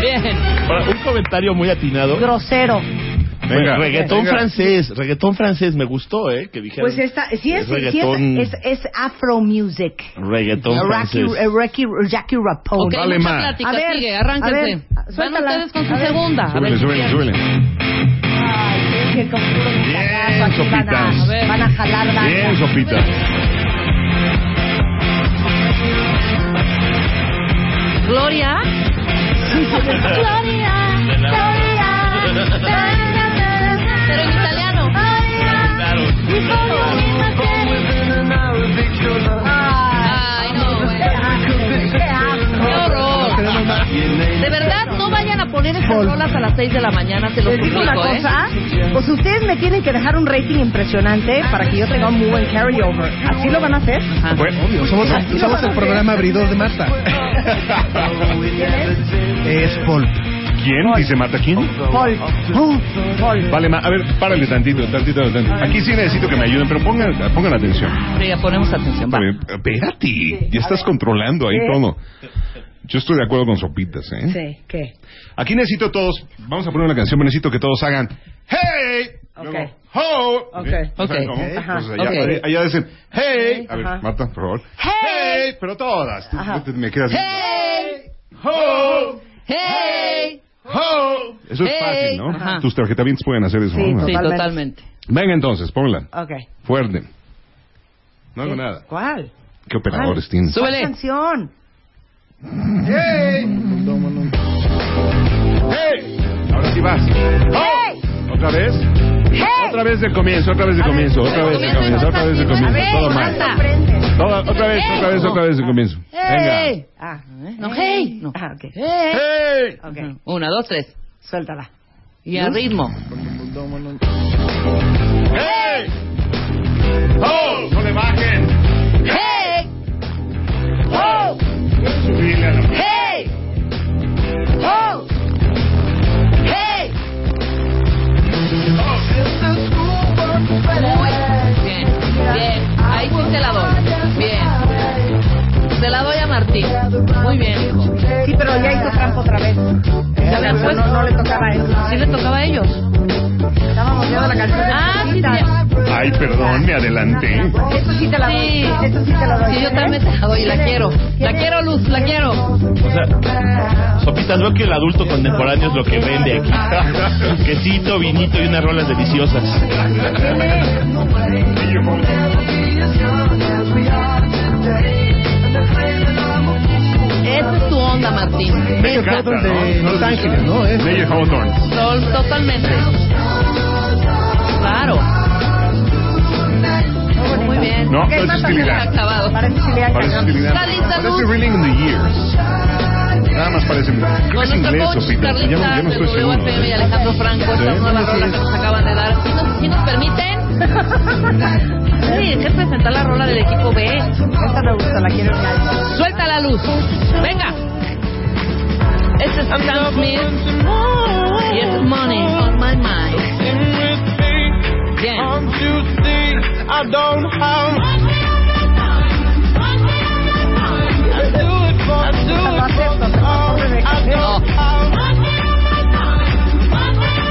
S4: Bien.
S3: Ahora, un comentario muy atinado.
S5: Grosero.
S7: Venga.
S3: reggaetón
S7: Venga.
S3: francés, reggaetón francés, me gustó, ¿eh? Que dijeron.
S5: Pues esta, sí es, sí
S3: Es
S5: es-
S3: reggaetón.
S5: es, es afro music.
S3: Reggaetón
S5: Rocky,
S3: francés.
S5: eh, Rocky, Jackie Rapone.
S4: Ok,
S7: Dale
S4: mucha
S7: más.
S4: plática,
S5: A ver,
S4: sigue,
S5: a
S4: arránquense.
S5: ver,
S4: Van
S5: suéltala.
S4: ustedes con su
S5: A ver.
S4: segunda. A
S7: Súbele,
S4: ver,
S7: súbele,
S4: ¿quién?
S7: súbele.
S5: Ay, es que con puro butacazo aquí van
S7: Sopitas.
S5: a,
S4: A ver.
S5: van a jalar banda.
S7: Bien, Sopita.
S4: Gloria. Gloria. Pero en italiano. Ay, no, güey. Qué horror. De verdad, no vayan a poner esas rolas a las 6 de la mañana, te lo
S5: Les digo una
S4: suplico, ¿eh?
S5: cosa, pues ustedes me tienen que dejar un rating impresionante para que yo tenga un muy buen carryover. ¿Así lo van a hacer?
S4: Ajá.
S6: Obvio, somos, somos el programa abridor de Marta. Es Paul.
S7: ¿Quién? Dice Marta, ¿quién? Oh.
S5: Paul.
S7: Vale, ma- a ver, párale tantito, tantito, tantito. Aquí sí necesito que me ayuden, pero pongan, pongan atención.
S4: Venga, ponemos atención, va.
S7: A ver, Espérate, ya estás controlando ahí
S5: Sí.
S7: todo. Yo estoy de acuerdo con Sopitas, ¿eh?
S5: Sí, ¿qué?
S7: Aquí necesito todos, vamos a poner una canción, pero necesito que todos hagan hey,
S5: Ok.
S7: luego ho,
S5: Ok.
S7: ¿eh? O sea,
S4: Ok.
S7: ¿no?
S4: Ajá.
S7: Entonces, allá,
S4: Ok.
S7: allá- allá dicen hey, a ver,
S5: Ajá.
S7: Marta, por favor,
S5: Hey.
S7: hey, pero todas, tú,
S5: Ajá.
S7: tú te- me quedas, hey, ho,
S4: ¡Hey!
S7: ho, eso es
S4: Hey.
S7: fácil, ¿no?
S4: Ajá.
S7: Tus tarjetavientes pueden hacer eso,
S5: Sí,
S7: ¿no?
S4: Sí,
S5: Totalmente.
S4: totalmente.
S7: Venga entonces, ponla,
S5: Ok.
S7: fuerte, no hago
S5: ¿Qué?
S7: nada,
S5: ¿Cuál?
S7: qué operadores tienen,
S4: Súbele.
S5: ¿Cuál canción?
S7: hey, ahora sí vas, Oh,
S5: ¡Hey!
S7: otra vez,
S5: ¡Hey!
S7: otra vez de comienzo, otra vez de comienzo, otra vez de comienzo, otra vez de
S5: A
S7: comienzo,
S5: ver,
S7: todo
S5: ¿cuál
S7: mal.
S5: sorprende?
S7: Toda- otra vez, otra vez, otra vez, de comienzo. Venga.
S4: ¡Hey!
S5: Ah, ¿eh?
S4: No, hey. No.
S5: Ah, ok.
S7: ¡Hey!
S5: Ok,
S4: Una, dos, tres.
S5: suéltala.
S4: Y
S5: ¿Mm?
S4: al ritmo.
S7: ¡Hey! ¡Oh! ¡No le bajen!
S4: ¡Hey!
S7: ¡Oh! Subile a la
S4: ¡Hey! ¡Oh! ¡Hey! Muy bien, bien. Ahí sí te la doy. Bien. Se la doy a Martín. Muy bien, hijo.
S5: Sí, pero ya hizo trampa otra vez.
S4: le
S5: Ya le-
S4: han
S5: Eh, no,
S4: puesto.
S5: no le tocaba a él.
S4: Sí le tocaba a ellos.
S5: Estábamos viendo la canción de
S4: Ah, sí,
S5: Chiquita.
S7: Ay, perdón, me adelanté.
S5: Eso sí te la doy.
S4: Sí.
S5: Eso sí te la doy.
S4: Sí, yo también te la doy. La quiero. La quiero, Luz. La quiero.
S3: O sea, Sopitas, veo que el adulto contemporáneo es lo que vende aquí. Quesito, vinito y unas rolas deliciosas.
S4: Esa es tu onda, Martín.
S7: Me
S6: Es
S7: encanta,
S6: otro de
S7: ¿no?
S6: Los Ángeles, ¿no? Es-
S7: Major Hawthorne.
S4: Tol- totalmente. Claro. Muy bien.
S7: No,
S5: Ok,
S7: no es
S5: más
S4: Está
S7: hostilidad.
S4: acabado.
S5: Parece que le han
S7: Parece
S5: cagado.
S7: hostilidad.
S4: Está lista,
S7: Parece
S4: Luz.
S7: Reeling in the Years. Nada más parece. Creo que
S4: Con
S7: es
S4: nuestro
S7: inglés,
S4: coach
S7: Sopita. Ya, no- ya no
S4: Carlita
S7: estoy
S4: de
S7: seguro.
S4: WFM y Alejandro Franco, estas
S7: Sí.
S4: nuevas rolas que nos acaban de dar. Si nos, si nos permiten, sí, que presentar la rola del equipo B.
S5: Esta me gusta, la quiero en alto.
S4: Suelta la luz. Venga. Este es Sam Smith. Y es Money on My Mind. Bien.
S5: Esta lo acepto, pero no me dejes.
S4: No.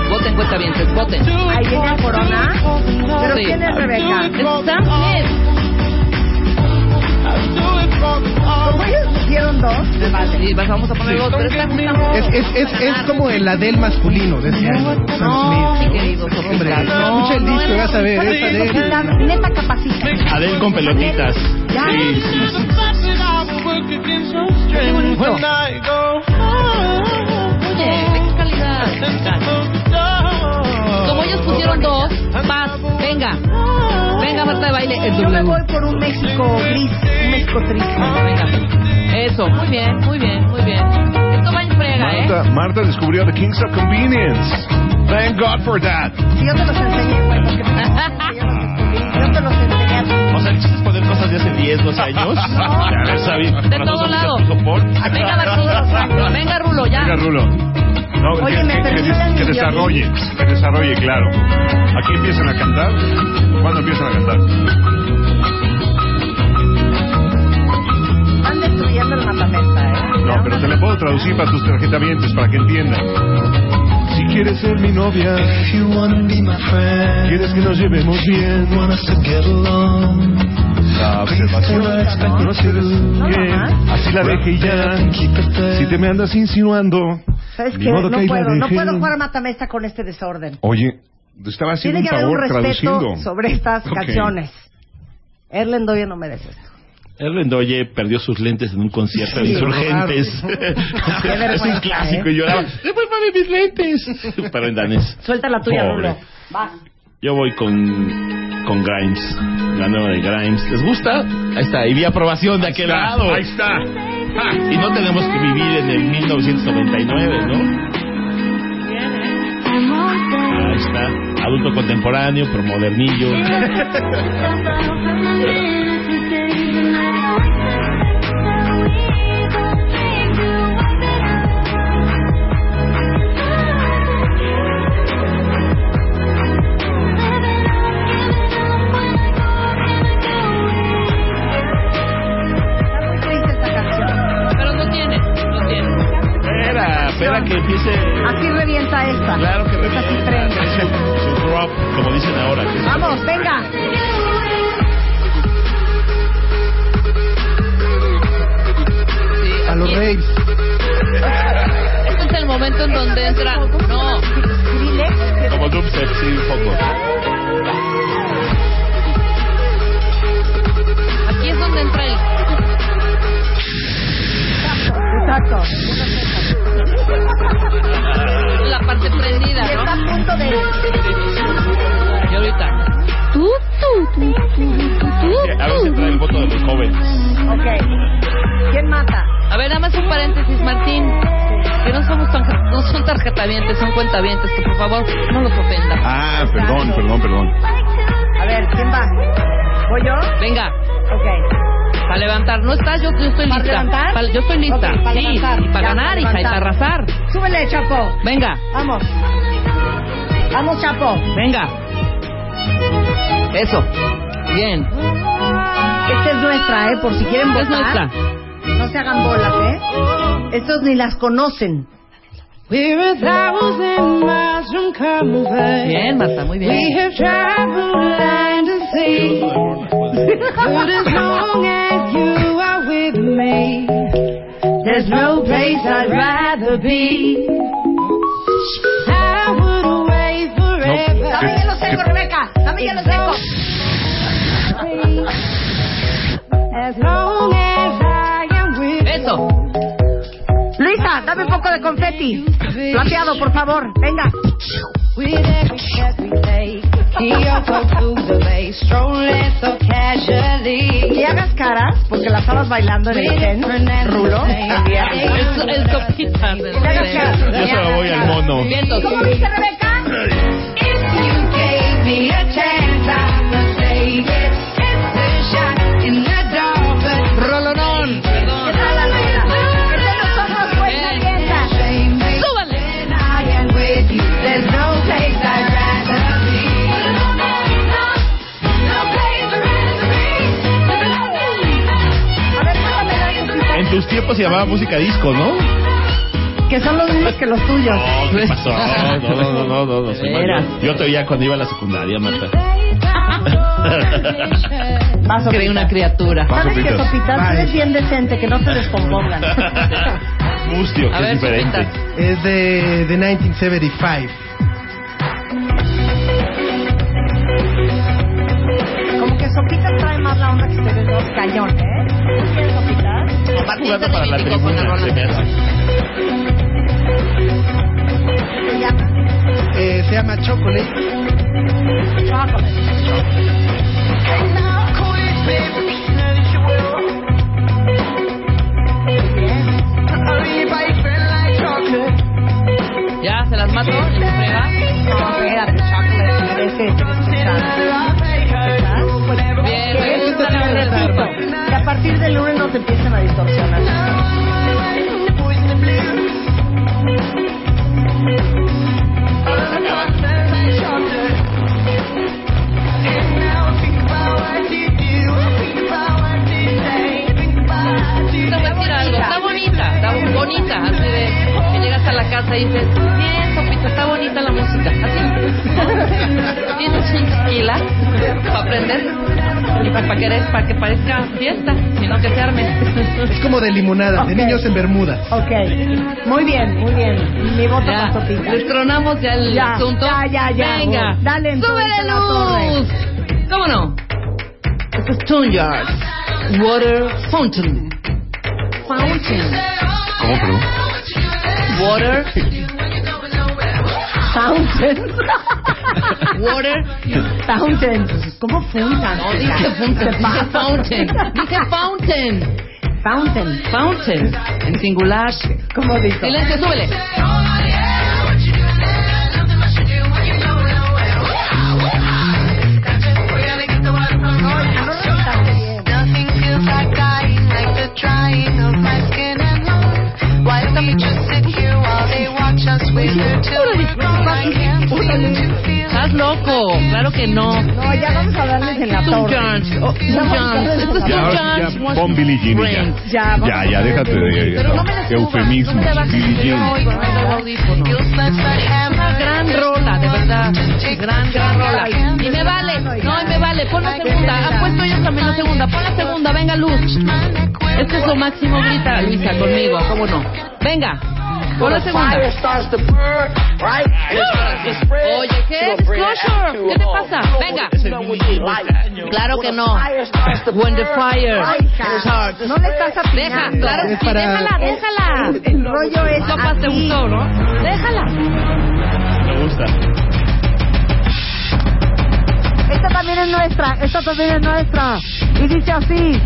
S4: Voten, cuenta bien, voten.
S5: Ahí viene a Corona. Pero
S4: Sí.
S5: ¿quién es Rebeca?
S4: Es Sam Smith.
S5: Como ellos pusieron dos, me vale.
S4: Y vas- vamos a poner otro. Esta justa-
S6: Es, es, es, es como el Adel masculino de ese año. Sam
S4: No,
S6: Smith,
S4: mi querido Sofía.
S6: Hombre,
S4: No,
S6: escucha el
S4: no,
S6: disco,
S4: no.
S6: vas a ver. Es Adele.
S5: Capacita, Neta capacita.
S3: Adel con pelotitas. Sí, sí, sí.
S4: Qué bonito. Oye, qué calidad. Como ellos pusieron dos, paz, venga. Venga, Marta de baile. en
S5: Yo me
S4: W.
S5: voy por un México gris, un México triste.
S4: Venga. Eso, muy bien, muy bien, muy bien. Esto va en frega, ¿eh?
S7: Marta, Marta descubrió The Kings of Convenience. Thank God for that.
S5: Si yo te los enseñé, pues, güey, porque yo los descubrí. Yo te los enseñé a ti.
S3: O sea, el chiste es poner cosas de hace 10, 12 años. Ya lo sabes.
S4: De todo lado. Venga, Bartolo. Venga, Rulo, ya.
S7: Venga, Rulo. No,
S5: Oye,
S7: que,
S5: me
S7: que- que
S5: perdonan
S7: des-
S5: mi
S7: que desarrolle, que desarrolle, claro. Aquí empiezan a cantar. ¿Cuándo empiezan a cantar?
S5: Están destruyendo el matamesta, ¿eh?
S7: No, pero te la puedo traducir para tus tarjetavientes, para que entiendan. Si
S9: Quieres ser mi novia. If you wanna be my friend. Quieres que nos llevemos bien. Want us to get along. La
S7: Ah, pues,
S9: observación. No quieres que
S5: ¿eh?
S9: así la deje y ya. Si te me andas insinuando.
S5: ¿Sabes
S9: Ni
S5: qué?
S9: modo
S5: No
S9: que ahí la
S5: puedo, no
S9: deje.
S5: puedo jugar a matamesta con este desorden.
S7: Oye, estaba haciendo un
S5: Tiene que haber un
S7: favor
S5: respeto
S7: traduciendo.
S5: sobre estas
S7: Ok.
S5: canciones. Erlen Doya no merece esto.
S3: Erlendoye perdió sus lentes en un concierto de
S5: Sí,
S3: insurgentes. es
S5: vergüenza,
S3: un clásico
S5: ¿eh?
S3: y lloraba.
S7: pues,
S3: ¡Devuélvame mis lentes! Pero en danés.
S5: Suelta la tuya,
S3: Pobre.
S5: Rulo. Vas.
S3: Yo voy con, con Grimes, la nueva de Grimes. ¿Les gusta? Ahí está, y vi aprobación de aquel lado.
S7: Ahí está.
S3: Ah, y no tenemos que vivir en el 1999, ¿no? Ahí está, adulto contemporáneo, pero modernillo.
S5: Está muy triste esta canción.
S4: Pero no tiene, no tiene.
S3: Espera, espera que empiece.
S5: Así revienta esta.
S3: Claro que
S5: Esta sí
S3: revienta.
S5: trenca.
S3: Su, su drop, como dicen ahora. que es-
S5: Vamos, venga.
S6: A los raves.
S4: Este es el momento en donde entra. No,
S3: Como dubstep, sí, un poco.
S4: aquí es donde entra el.
S5: Exacto.
S4: la parte prendida,
S5: Y está
S4: ¿no?
S5: a punto de...
S4: Y ahorita.
S3: A veces trae el voto de los jóvenes.
S5: Ok. ¿Quién mata?
S3: Ah,
S4: A ver, nada más un paréntesis, Martín. Que no somos tan, no son tarjetavientes, son cuentavientes, que por favor no los ofendan.
S7: Ah, perdón, perdón, perdón.
S5: A ver, ¿quién va? ¿Voy yo?
S4: Venga,
S5: Ok.
S4: para levantar. No estás, yo, yo estoy lista.
S5: ¿Para levantar?
S4: Pa- yo estoy lista.
S5: Ok, para
S4: sí,
S5: levantar.
S4: y para
S5: Ya,
S4: ganar,
S5: para
S4: hija, y para
S5: levantar.
S4: arrasar.
S5: Súbele, Chapo.
S4: Venga,
S5: Vamos. Vamos, Chapo.
S4: venga. Eso. Bien,
S5: Esta es nuestra, ¿eh? Por si quieren votar.
S4: es nuestra.
S5: No se hagan bolas, ¿eh? Estos ni las conocen.
S4: Bien, Marta, muy bien.
S5: There's no place I'd rather be. Dame hielo seco, Rebeca. Dame hielo seco.
S4: Eso.
S5: Luisa, dame un poco de confeti. Plateado, por favor. Venga. Y hagas caras, porque las estabas bailando en el tren. Rulo. también.
S4: Eso es copita.
S5: Y hagas caras.
S3: Yo se lo voy al mono.
S4: Vientos.
S5: ¿Cómo dice Rebeca?
S4: Rolonón.
S5: ¿Qué
S4: Perdón.
S5: tal la regla? Este no somos cuentavientas.
S4: Súbale.
S5: A ver, cuéntame la música.
S3: En tus tiempos se llamaba música disco, ¿no?
S5: Que son los mismos que los tuyos.
S3: No, ¿qué pasó? No, no, no, no, no, no, soy mal.
S4: Veras.
S3: Yo te oía cuando iba a la secundaria, Marta.
S5: Vas,
S4: Creí una criatura.
S5: ¿Sabes
S7: Sopitas.
S5: que Sopitas? Tú eres bien decente, que no te descompongan.
S3: Mustio,
S4: A
S3: que es
S4: ver,
S3: diferente.
S4: Sopitas.
S6: Es de, de 1975.
S5: Como que Sopitas trae más la onda que ustedes dos cañón, ¿eh? ¿Tú quieres Sopitas?
S4: Martín se
S3: Jugando para la
S4: identificó con la
S3: tribuna, se me
S4: rola.
S3: hace.
S5: Se llama
S6: Eh, se llama Chocolate.
S5: Chocolate.
S4: Ya, se las mato. en su frega.
S5: No, espérate, Chocolate. Merece escuchar.
S4: Bien,
S5: Que
S4: bien,
S5: es
S4: está la
S5: un
S4: verdad.
S5: repito, Que a partir del lunes no te empiecen a distorsionar.
S4: Te voy a decir algo. Está bonita, está bonita. Así de que llegas a la casa y dices, bien, Sopita, está bonita. poner y pues para, para que, eres- para que parezca fiesta, sino que se arme.
S6: Es como de limonada, de
S5: Ok.
S6: niños en Bermuda.
S5: Ok. Muy bien, muy bien. Mi voto
S4: Ya,
S5: para Sopita.
S4: les tronamos ya el
S5: Ya,
S4: asunto.
S5: ya, ya, ya.
S4: Venga,
S5: Dale
S4: sube
S5: entonces a la
S4: la luz. ¿Cómo no? Esto es Tune Yards. Water Fountain. Fountain.
S7: ¿Cómo, perdón?
S4: Water.
S5: Fountain.
S4: Water.
S5: Fountain. ¿Cómo Fountain?
S4: No dije fountain,
S5: Te
S4: dije
S5: pasas.
S4: fountain. Dije fountain.
S5: Fountain.
S4: Fountain. En singular.
S5: ¿Cómo dijo?
S4: Silencio, súbele. Estás loco. Claro que no.
S5: No, ya vamos a darles en la
S4: Tune
S5: torre.
S4: Yards. Oh, Tune
S5: Vamos a
S4: Yards.
S5: darles
S4: Esto
S5: en
S7: Ya,
S4: es Tune
S5: la torre.
S7: ahora sí,
S4: Yards.
S7: ya, pon Billie Jean y ya.
S4: Rain.
S5: Ya, vamos
S7: Ya,
S5: a
S7: ya,
S5: darles
S7: déjate de
S5: en-
S4: Pero no me la
S7: eufemismos, Billie Jean.
S4: Una gran rola, de verdad. Gran, gran rola. Y me vale. No, y me vale. Pon la segunda. Ha puesto yo también la segunda. Pon la segunda. Venga, Luz. Este es lo máximo. Grita, Luisa, conmigo. ¿Cómo no? Venga. Pon la segunda. Oye, ¿qué? Disclosure. ¿Qué te pasa? Venga. Claro que este no. When the fire starts.
S5: No le estás
S4: Deja,
S5: atinando.
S4: claro que sí,
S6: para-
S4: déjala, déjala.
S5: El rollo es
S4: Sopas te
S5: así.
S4: gustó, ¿no? Déjala.
S3: Me gusta.
S5: Esta también es nuestra, esta también es nuestra. Y dice así.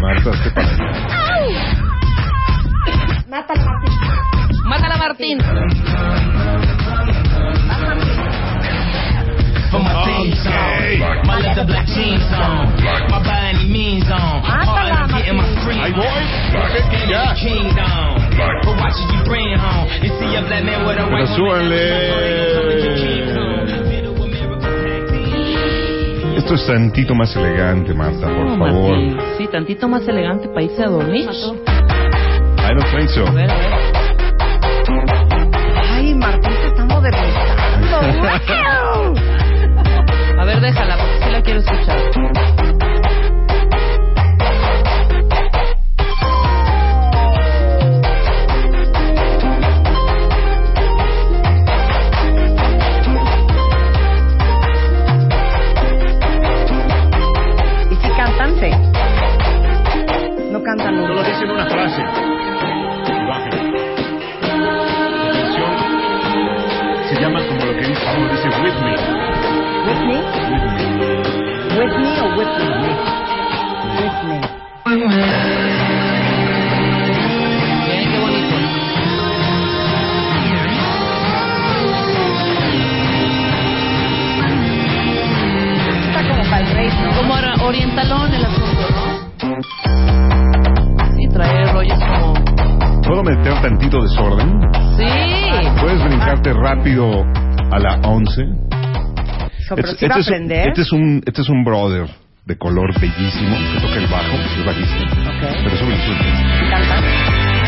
S7: Marta, hazte para allá.
S4: Mátala, Martín.
S9: for my theme song. My leather black jeans on. My by any means on. Hard to get in my free.
S7: Ahí voy. Ya.
S9: Kingdom. We're watching you bring home. You see a black man with a
S7: Pero
S9: white woman.
S7: súbanle. Esto es tantito más elegante, Marta, por favor.
S4: Martín. Sí, tantito más elegante para irse a dormir. ¿eh?
S7: I don't think so.
S4: A ver, a ver.
S5: Ay, Martín, se está modernizando. ¡Wow!
S4: A ver, déjala, porque sí la quiero escuchar.
S5: Y si cantan, sí. No cantan nunca.
S3: Solo dicen una frase. Y bajan. La canción se llama como lo que dice Pablo, dice With Me.
S5: ¿Whitney? ¿Whitney o Whitney? Whitney.
S4: Miren qué bonito.
S5: Está como para el rey, ¿no?
S4: Como ahora, orientalón el asunto, ¿no? Sí, trae rollos como...
S7: ¿Puedo meter tantito desorden?
S4: Sí.
S7: ¿Puedes brincarte
S5: Ah.
S7: rápido a la 11?
S5: Hijo, Pero
S7: Este-
S5: sí va
S7: este
S5: a
S7: es-
S5: aprender.
S7: este es un, este es un brother de color bellísimo que toca el bajo, es bajista. Pero eso me insulta. Canta.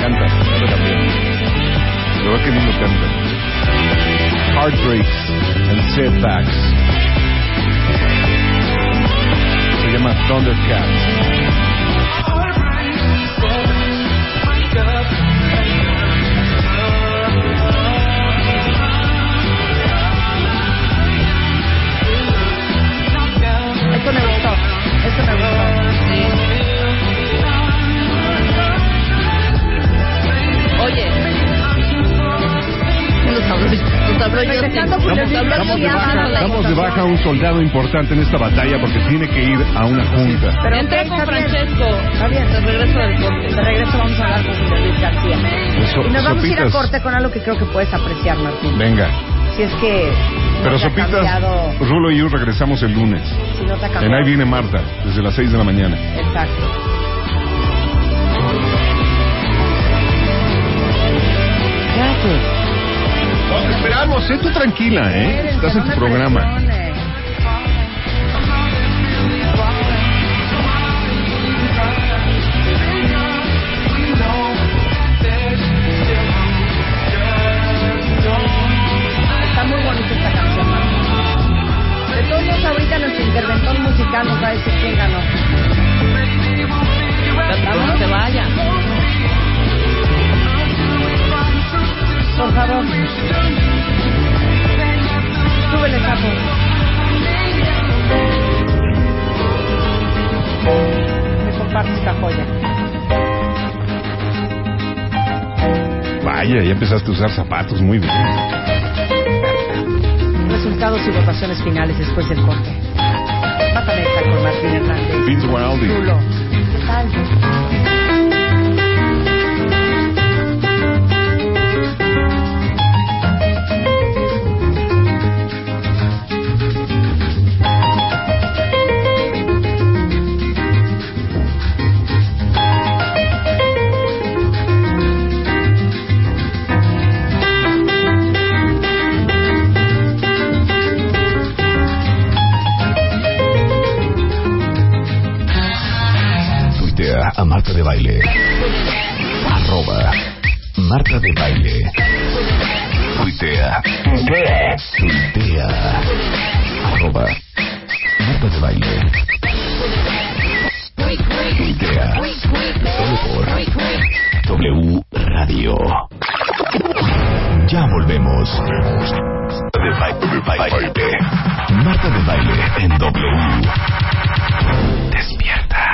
S7: Canta, ahora también. De verdad que lindo canta. Heartbreaks and setbacks. Se llama Thundercats.
S5: Esto me gustó. Esto me gustó.
S4: Oye. Los tabloides. Los tabloides.
S5: Regresando con
S7: Damos,
S5: el
S7: damos de baja, damos de baja a un soldado importante en esta batalla porque tiene que ir a una junta.
S5: Pero
S4: Entra
S5: ok,
S4: con
S5: está bien.
S4: Francesco.
S5: Está bien.
S4: Te regreso del corte.
S5: De regreso vamos a hablar con José Luis García.
S7: So-
S5: Y nos vamos a ir a
S7: sopitas.
S5: corte con algo que creo que puedes apreciar, Martín.
S7: Venga.
S5: Si es que no
S7: Pero
S5: te ha
S7: Sopitas,
S5: cambiado,
S7: Rulo y yo regresamos el lunes.
S5: si no te ha
S7: En
S5: cambiado.
S7: ahí viene Marta, desde las 6 de la mañana.
S5: Exacto.
S7: No, te esperamos, sé tú tranquila, ¿eh? Estás en tu programa.
S9: Don't
S7: Vaya, ya empezaste a usar zapatos muy bien.
S5: Resultados y votaciones finales después del corte. Pátame esta con Martín Hernández.
S7: Vince Guaraldi.
S5: Chulo. ¿Qué tal?
S2: Tuitea a Marta de Baile. Arroba Marta de Baile. Tuitea. Tuitea. Arroba Marta de Baile. Tuitea. Solo por W Radio. Ya volvemos. Marta de Baile. Marta de Baile en W. Despierta.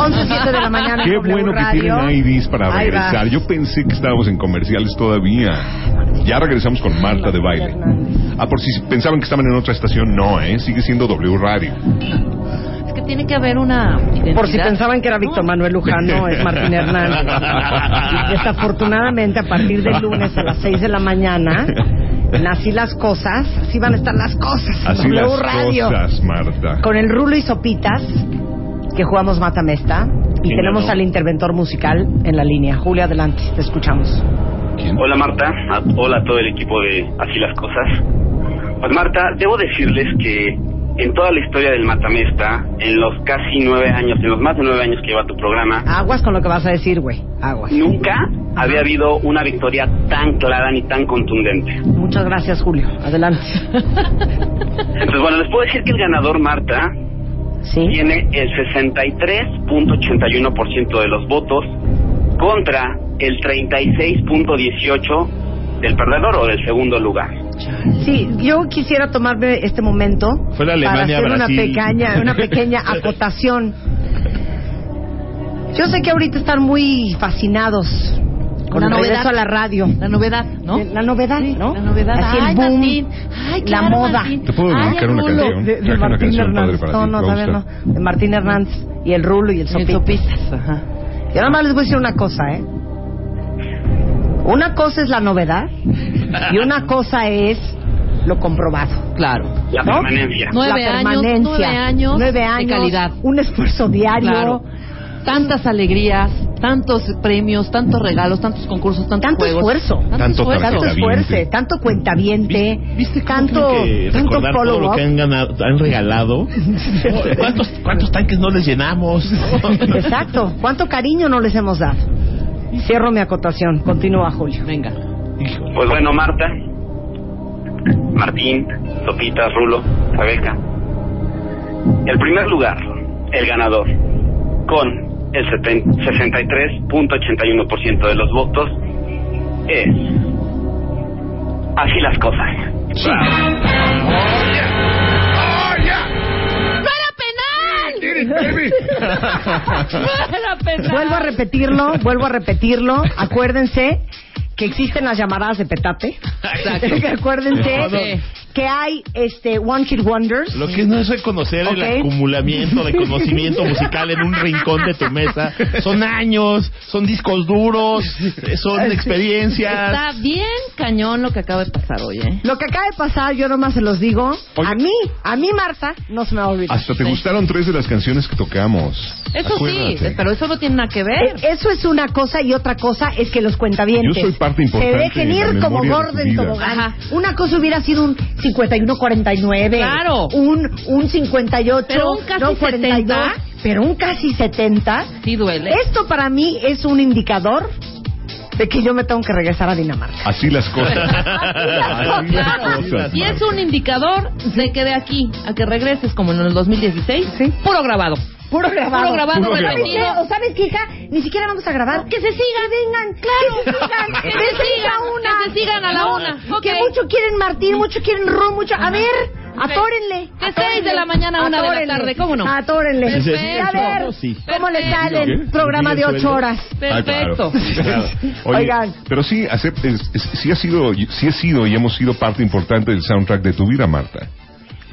S5: Once siete de la mañana.
S7: Qué
S5: en W
S7: bueno que
S5: Radio.
S7: tienen IDs para
S5: Ahí va.
S7: regresar. Yo pensé que estábamos en comerciales todavía. Ya regresamos con Marta de Baile. Ah, por si pensaban que estaban en otra estación, no, ¿eh? Sigue siendo W Radio.
S4: Es que tiene que haber una identidad.
S5: Por si pensaban que era Víctor Manuel Lujano, es Martín Hernández. Y Desafortunadamente, a partir del lunes a las 6 de la mañana, en Así las Cosas, así van a estar las cosas.
S7: Así
S5: W
S7: las
S5: Radio.
S7: cosas, Marta.
S5: Con el Rulo y Sopitas, que jugamos Mata Mesta, y
S7: ¿Quién
S5: tenemos
S7: ganó?
S5: al interventor musical en la línea. Julio, adelante, te escuchamos.
S7: ¿Quién?
S10: Hola Marta, A- hola a todo el equipo de Así las Cosas. Pues Marta, debo decirles que en toda la historia del Matamesta, en los casi nueve años, en los más de nueve años que lleva tu programa,
S5: Aguas con lo que vas a decir, güey. Aguas.
S10: nunca había habido una victoria tan clara ni tan contundente.
S5: Muchas gracias, Julio. Adelante.
S10: Entonces, bueno, les puedo decir que el ganador, Marta,
S5: ¿Sí?
S10: tiene el 63.81% de los votos contra el 36.18% del perdedor o del segundo lugar.
S5: Sí, yo quisiera tomarme este momento
S3: Fue la
S5: para
S3: Alemania,
S5: hacer una
S3: Brasil.
S5: pequeña, una pequeña acotación. Yo sé que ahorita están muy fascinados con
S4: Una
S5: el regreso
S4: novedad.
S5: a la radio.
S4: La novedad, ¿no?
S5: La novedad, ¿no?
S4: La novedad.
S5: Así el
S4: Ay,
S5: boom,
S4: Martín. Ay,
S5: la
S4: claro,
S5: moda.
S4: Martín.
S7: ¿Te puedo
S4: Ay,
S7: dedicar una
S4: el rulo.
S7: canción?
S5: de, de
S7: Traje una
S5: Martín
S7: canción padre
S5: Hernández.
S7: para ti,
S5: No, no,
S7: te va a
S5: todavía no.
S7: gustar.
S5: De Martín Hernández y el Rulo y el
S4: El
S5: Sopito.
S4: sopitas, ajá.
S5: Yo nada más les voy a decir una cosa, ¿eh? Una cosa es la novedad y una cosa es lo comprobado.
S4: Claro.
S10: La
S5: ¿No?
S10: permanencia.
S4: Nueve
S5: la
S4: años,
S5: permanencia.
S4: nueve años
S5: Nueve
S4: de
S5: años,
S4: calidad.
S5: Un esfuerzo diario.
S4: Claro. Tantas alegrías, tantos premios, tantos regalos, tantos concursos, tantos
S5: Tanto
S4: juegos.
S5: esfuerzo.
S7: Tanto
S5: Tanto
S7: Cuentaviente.
S5: esfuerzo, tanto cuentaviente,
S3: ¿Viste cómo
S5: tanto,
S3: tienen que
S5: tanto
S3: recordar todo lo
S5: follow-up.
S3: que han ganado, han regalado? ¿Cuántos, cuántos tanques no les llenamos?
S5: Exacto. ¿Cuánto cariño no les hemos dado? Cierro mi acotación. Continúa, Julio.
S4: Venga.
S10: Pues bueno, Marta, Martín, Sopita, Rulo, Rebeca. El primer lugar, el ganador, con el 70 63.81% de los votos, es. Así las cosas. Bravo.
S5: Vuelvo a repetirlo, vuelvo a repetirlo. Acuérdense que existen las llamaradas de petate. Acuérdense
S4: Sí.
S5: que hay este One Kid Wonders.
S3: Lo que no es reconocer
S5: Ok.
S3: el acumulamiento de conocimiento musical en un rincón de tu mesa. Son años, son discos duros, son
S4: Está
S3: experiencias.
S4: bien cañón lo que acaba de pasar hoy, ¿eh?
S5: Lo que acaba de pasar, yo nomás se los digo.
S7: Oye. Ah,
S5: A mí, a mí, Marta, no se me va a olvidar.
S7: Hasta te gustaron tres de las canciones que tocamos.
S4: Eso sí,
S7: Acuérdate.
S4: pero eso no tiene nada que
S5: Eh,
S4: ver.
S5: Eso es una cosa y otra cosa es que los cuentavientes
S7: Yo soy parte importante
S5: se dejen
S7: en la
S5: ir
S7: memoria
S5: como
S7: de
S5: gordo
S7: tu
S5: en
S7: vida.
S5: tobogán.
S4: Ajá.
S5: Una cosa hubiera sido un 51-49,
S4: Claro.
S5: un, un 58,
S4: Pero un casi
S5: no, 42,
S4: 70.
S5: pero un casi 70.
S4: Sí duele.
S5: Esto para mí es un indicador de que yo me tengo que regresar a Dinamarca.
S7: Así las cosas. Así las
S4: Claro.
S7: cosas.
S4: Y es un indicador de que de aquí a que regreses como en el 2016,
S5: Sí.
S4: puro grabado.
S5: Puro grabado.
S4: Puro grabado,
S7: Puro
S5: ¿Sabes
S4: repetido.
S5: qué? ¿O sabes qué, hija? Ni siquiera vamos a grabar.
S4: Que se sigan.
S5: vengan, claro, que sigan,
S4: Que
S5: que
S4: se
S5: se
S4: sigan,
S5: siga una,
S4: que se sigan a la una. Ok.
S5: Que mucho quieren Martín, mucho quieren Ru, mucho. A ver, Atórenle.
S11: De seis de la mañana a una de la
S5: Atórenle.
S11: tarde, ¿cómo no?
S5: Atórenle.
S11: Dices,
S5: Y a ver
S7: sí.
S5: cómo le
S11: Perfecto.
S5: sale el
S7: ¿Qué?
S5: programa de
S7: ¿Sueldo?
S5: ocho horas.
S7: Ah, claro. Claro. Oye,
S5: Oigan.
S7: Pero sí, acep- es- es- sí, ha sido, sí he sido y hemos sido parte importante del soundtrack de tu vida, Marta.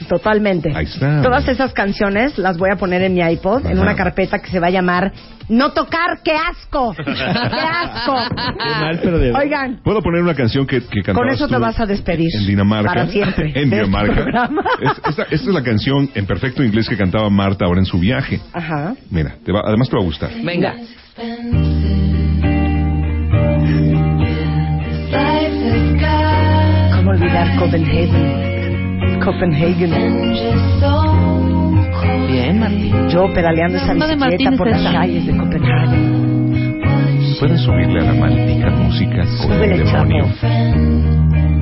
S5: Totalmente.
S7: Ahí está.
S5: Todas esas canciones las voy a poner en mi iPod, en
S7: Ajá.
S5: una carpeta que se va a llamar No tocar, qué asco. Qué asco.
S7: Qué mal, pero de-
S5: Oigan,
S7: ¿Puedo poner una canción que, que cantabas
S5: con eso te
S7: tú
S5: vas a despedir.
S7: En Dinamarca.
S5: Para siempre.
S7: En
S5: de este
S7: Dinamarca.
S5: programa.
S7: Es- esta, esta es la canción en perfecto inglés que cantaba Marta ahora en su viaje.
S5: Ajá.
S7: Mira, te va- además te va a gustar.
S4: Venga.
S5: ¿Cómo olvidar Copenhagen? Copenhagen.
S4: Bien, Martín.
S5: Yo pedaleando esa
S11: No, de
S5: bicicleta
S11: Martín
S5: por
S11: es
S5: las
S11: esa.
S5: calles de Copenhagen.
S7: Pueden subirle a la maldita música con
S5: Súbele,
S7: el demonio.
S5: chapo.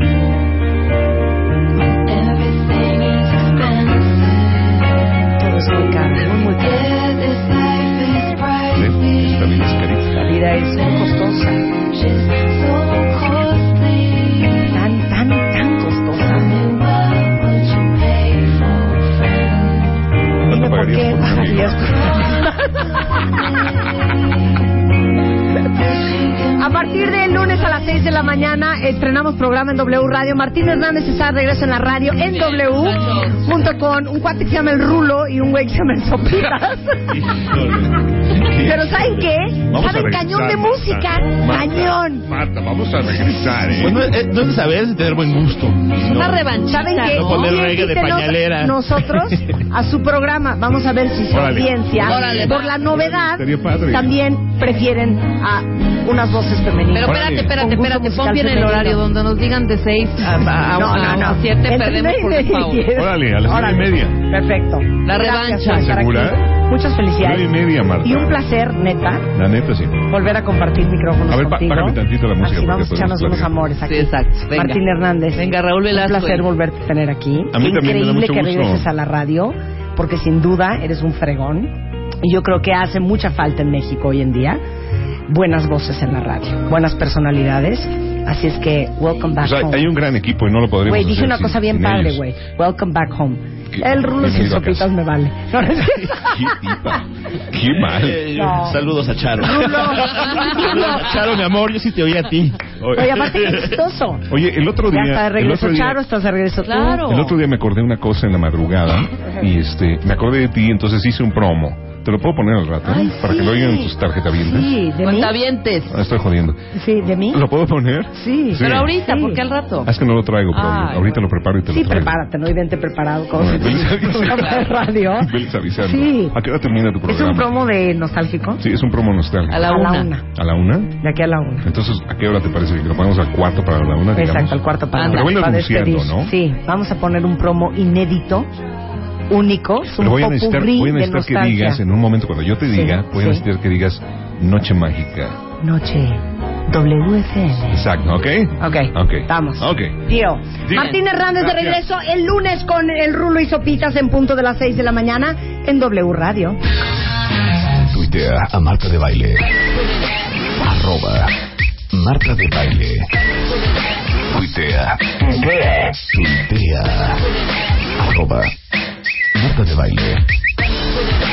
S5: Todo es muy caro, muy, muy caro.
S7: ¿Ve? ¿Eh? Esta vida es carita.
S5: La vida es muy costosa. Tan, tan, tan costosa.
S7: ¿Cuánto
S5: ¿Por
S7: pagarías
S5: qué
S7: por un amigo?
S5: pagarías? A partir del lunes a las 6 de la mañana estrenamos programa en W Radio. Martín Hernández está de regreso en la radio en W, junto con un cuate que se llama El Rulo y un güey que se llama El Sopitas.
S7: Híjole.
S5: Pero ¿saben qué?
S7: Vamos a
S5: ¿Saben
S7: regresar,
S5: cañón de
S7: Marta.
S5: música?
S7: Marta,
S5: Cañón.
S7: Marta, vamos a regresar, ¿eh?
S6: Pues
S3: Bueno, eh, debes saber si tener buen gusto.
S11: Una
S3: No.
S11: revanchita,
S5: ¿Saben
S11: ¿no?
S5: qué?
S3: No poner
S5: Sí,
S3: reggae de
S5: invítenos
S3: pañalera.
S5: Nosotros a su programa. Vamos a ver si su
S7: Órale.
S5: audiencia,
S11: Órale,
S5: por
S11: va.
S5: la novedad,
S7: Estaría padre.
S5: también prefieren a unas voces femeninas.
S11: Pero
S7: Órale.
S11: espérate,
S5: Con
S11: espérate,
S5: gusto
S11: espérate,
S5: musical
S11: pon bien el
S5: femenino.
S11: horario donde nos digan de 6 a, a, a,
S5: No,
S11: a-
S5: no,
S11: a
S5: no.
S11: 7
S5: Entre
S11: perdemos por
S5: nueve y
S11: favor.
S5: diez.
S7: Órale, a las nueve y media.
S5: Perfecto.
S11: La
S5: Gracias
S11: revancha.
S5: por estar
S7: ¿Segura?
S5: aquí. Muchas
S7: Nueve y
S5: felicidades.
S7: media, Marta.
S5: Y un placer, neta,
S7: La neta, sí.
S5: volver a compartir micrófonos
S7: A ver, pa-
S5: contigo.
S7: bájame tantito la música
S5: Así
S7: porque
S5: vamos a echarnos
S7: podemos
S5: unos amores
S11: Sí,
S5: aquí.
S11: exacto. Venga.
S5: Martín Hernández.
S11: Venga, Raúl Velasco.
S5: Un placer volverte a tener aquí.
S7: A mí también
S5: Qué
S7: me da
S5: Increíble
S7: mucho
S5: que
S7: gusto.
S5: regreses a la radio, porque sin duda eres un fregón. Y yo creo que hace mucha falta en México hoy en día buenas voces en la radio, buenas personalidades. Así es que, welcome back
S7: Pues hay,
S5: home.
S7: hay un gran equipo y no lo podríamos
S5: Güey, dije
S7: hacer
S5: una
S7: sin-
S5: cosa bien
S7: sin
S5: padre,
S7: ellos.
S5: güey. Welcome back home.
S7: Qué-
S5: El rulo sin
S7: bienvenido a casa.
S5: sopitas me vale. No, no es cierto.
S7: Qué tipa. Qué mal.
S3: Eh,
S5: No.
S3: Saludos a Charo.
S5: Rulo.
S3: Charo, mi amor, yo sí te oí a ti.
S5: Oye, aparte qué chistoso.
S7: Oye, el otro
S5: Ya
S7: día...
S5: está de
S7: el
S5: regreso
S7: otro día-
S5: Charo, estás de regreso tú.
S11: Claro.
S7: El otro día me acordé una cosa en la madrugada y este me acordé de ti, entonces hice un promo. Te lo puedo poner al rato
S5: Ay,
S7: para que
S5: sí.
S7: lo oigan en tus tarjetavientes.
S5: Sí, de mí.
S11: Cuentavientes.
S7: Ah, estoy jodiendo.
S5: Sí, de mí.
S7: ¿Lo puedo poner? Ah,
S5: Sí.
S11: Pero ahorita,
S5: Sí.
S11: porque al rato.
S7: Es que no lo traigo, pero
S11: Ay, bueno.
S7: ahorita lo preparo y te
S5: Sí,
S7: lo traigo.
S5: prepárate, ¿no? Y vente preparado con
S7: Bueno, veles avisando.
S5: programa de radio.
S7: Veles avisando.
S5: Sí.
S7: ¿A qué hora termina tu
S5: ¿Es
S7: programa?
S5: un promo de nostálgico?
S7: Sí, es un promo nostálgico.
S11: A la
S5: A la
S11: una.
S5: una.
S7: ¿A la una?
S5: De aquí a la una.
S7: Entonces, ¿a qué hora te parece? Que lo pongamos al cuarto para la una, digamos.
S5: Exacto, al cuarto para
S7: Pero voy
S5: para
S7: anunciando,
S5: despedir.
S7: ¿no?
S5: Sí, vamos a poner un promo inédito, único. Es un
S7: Pero voy a necesitar,
S5: popurrí
S7: voy a
S5: de
S7: necesitar que
S5: nostalgia.
S7: digas, en un momento cuando yo te
S5: Sí,
S7: diga, voy a
S5: sí.
S7: necesitar que digas Noche Mágica.
S5: Noche WFM.
S7: Exacto, ¿ok?
S5: Ok,
S7: Ok.
S5: vamos.
S7: Ok.
S5: Tío,
S7: Bien.
S5: Martín Hernández de
S7: Gracias.
S5: regreso el lunes con el Rulo y Sopitas en punto de las 6 de la mañana en W Radio.
S2: Tuitea a Marta de Baile. Arroba Marta de Baile. Tuitea. Tuitea. Arroba Marta de Baile.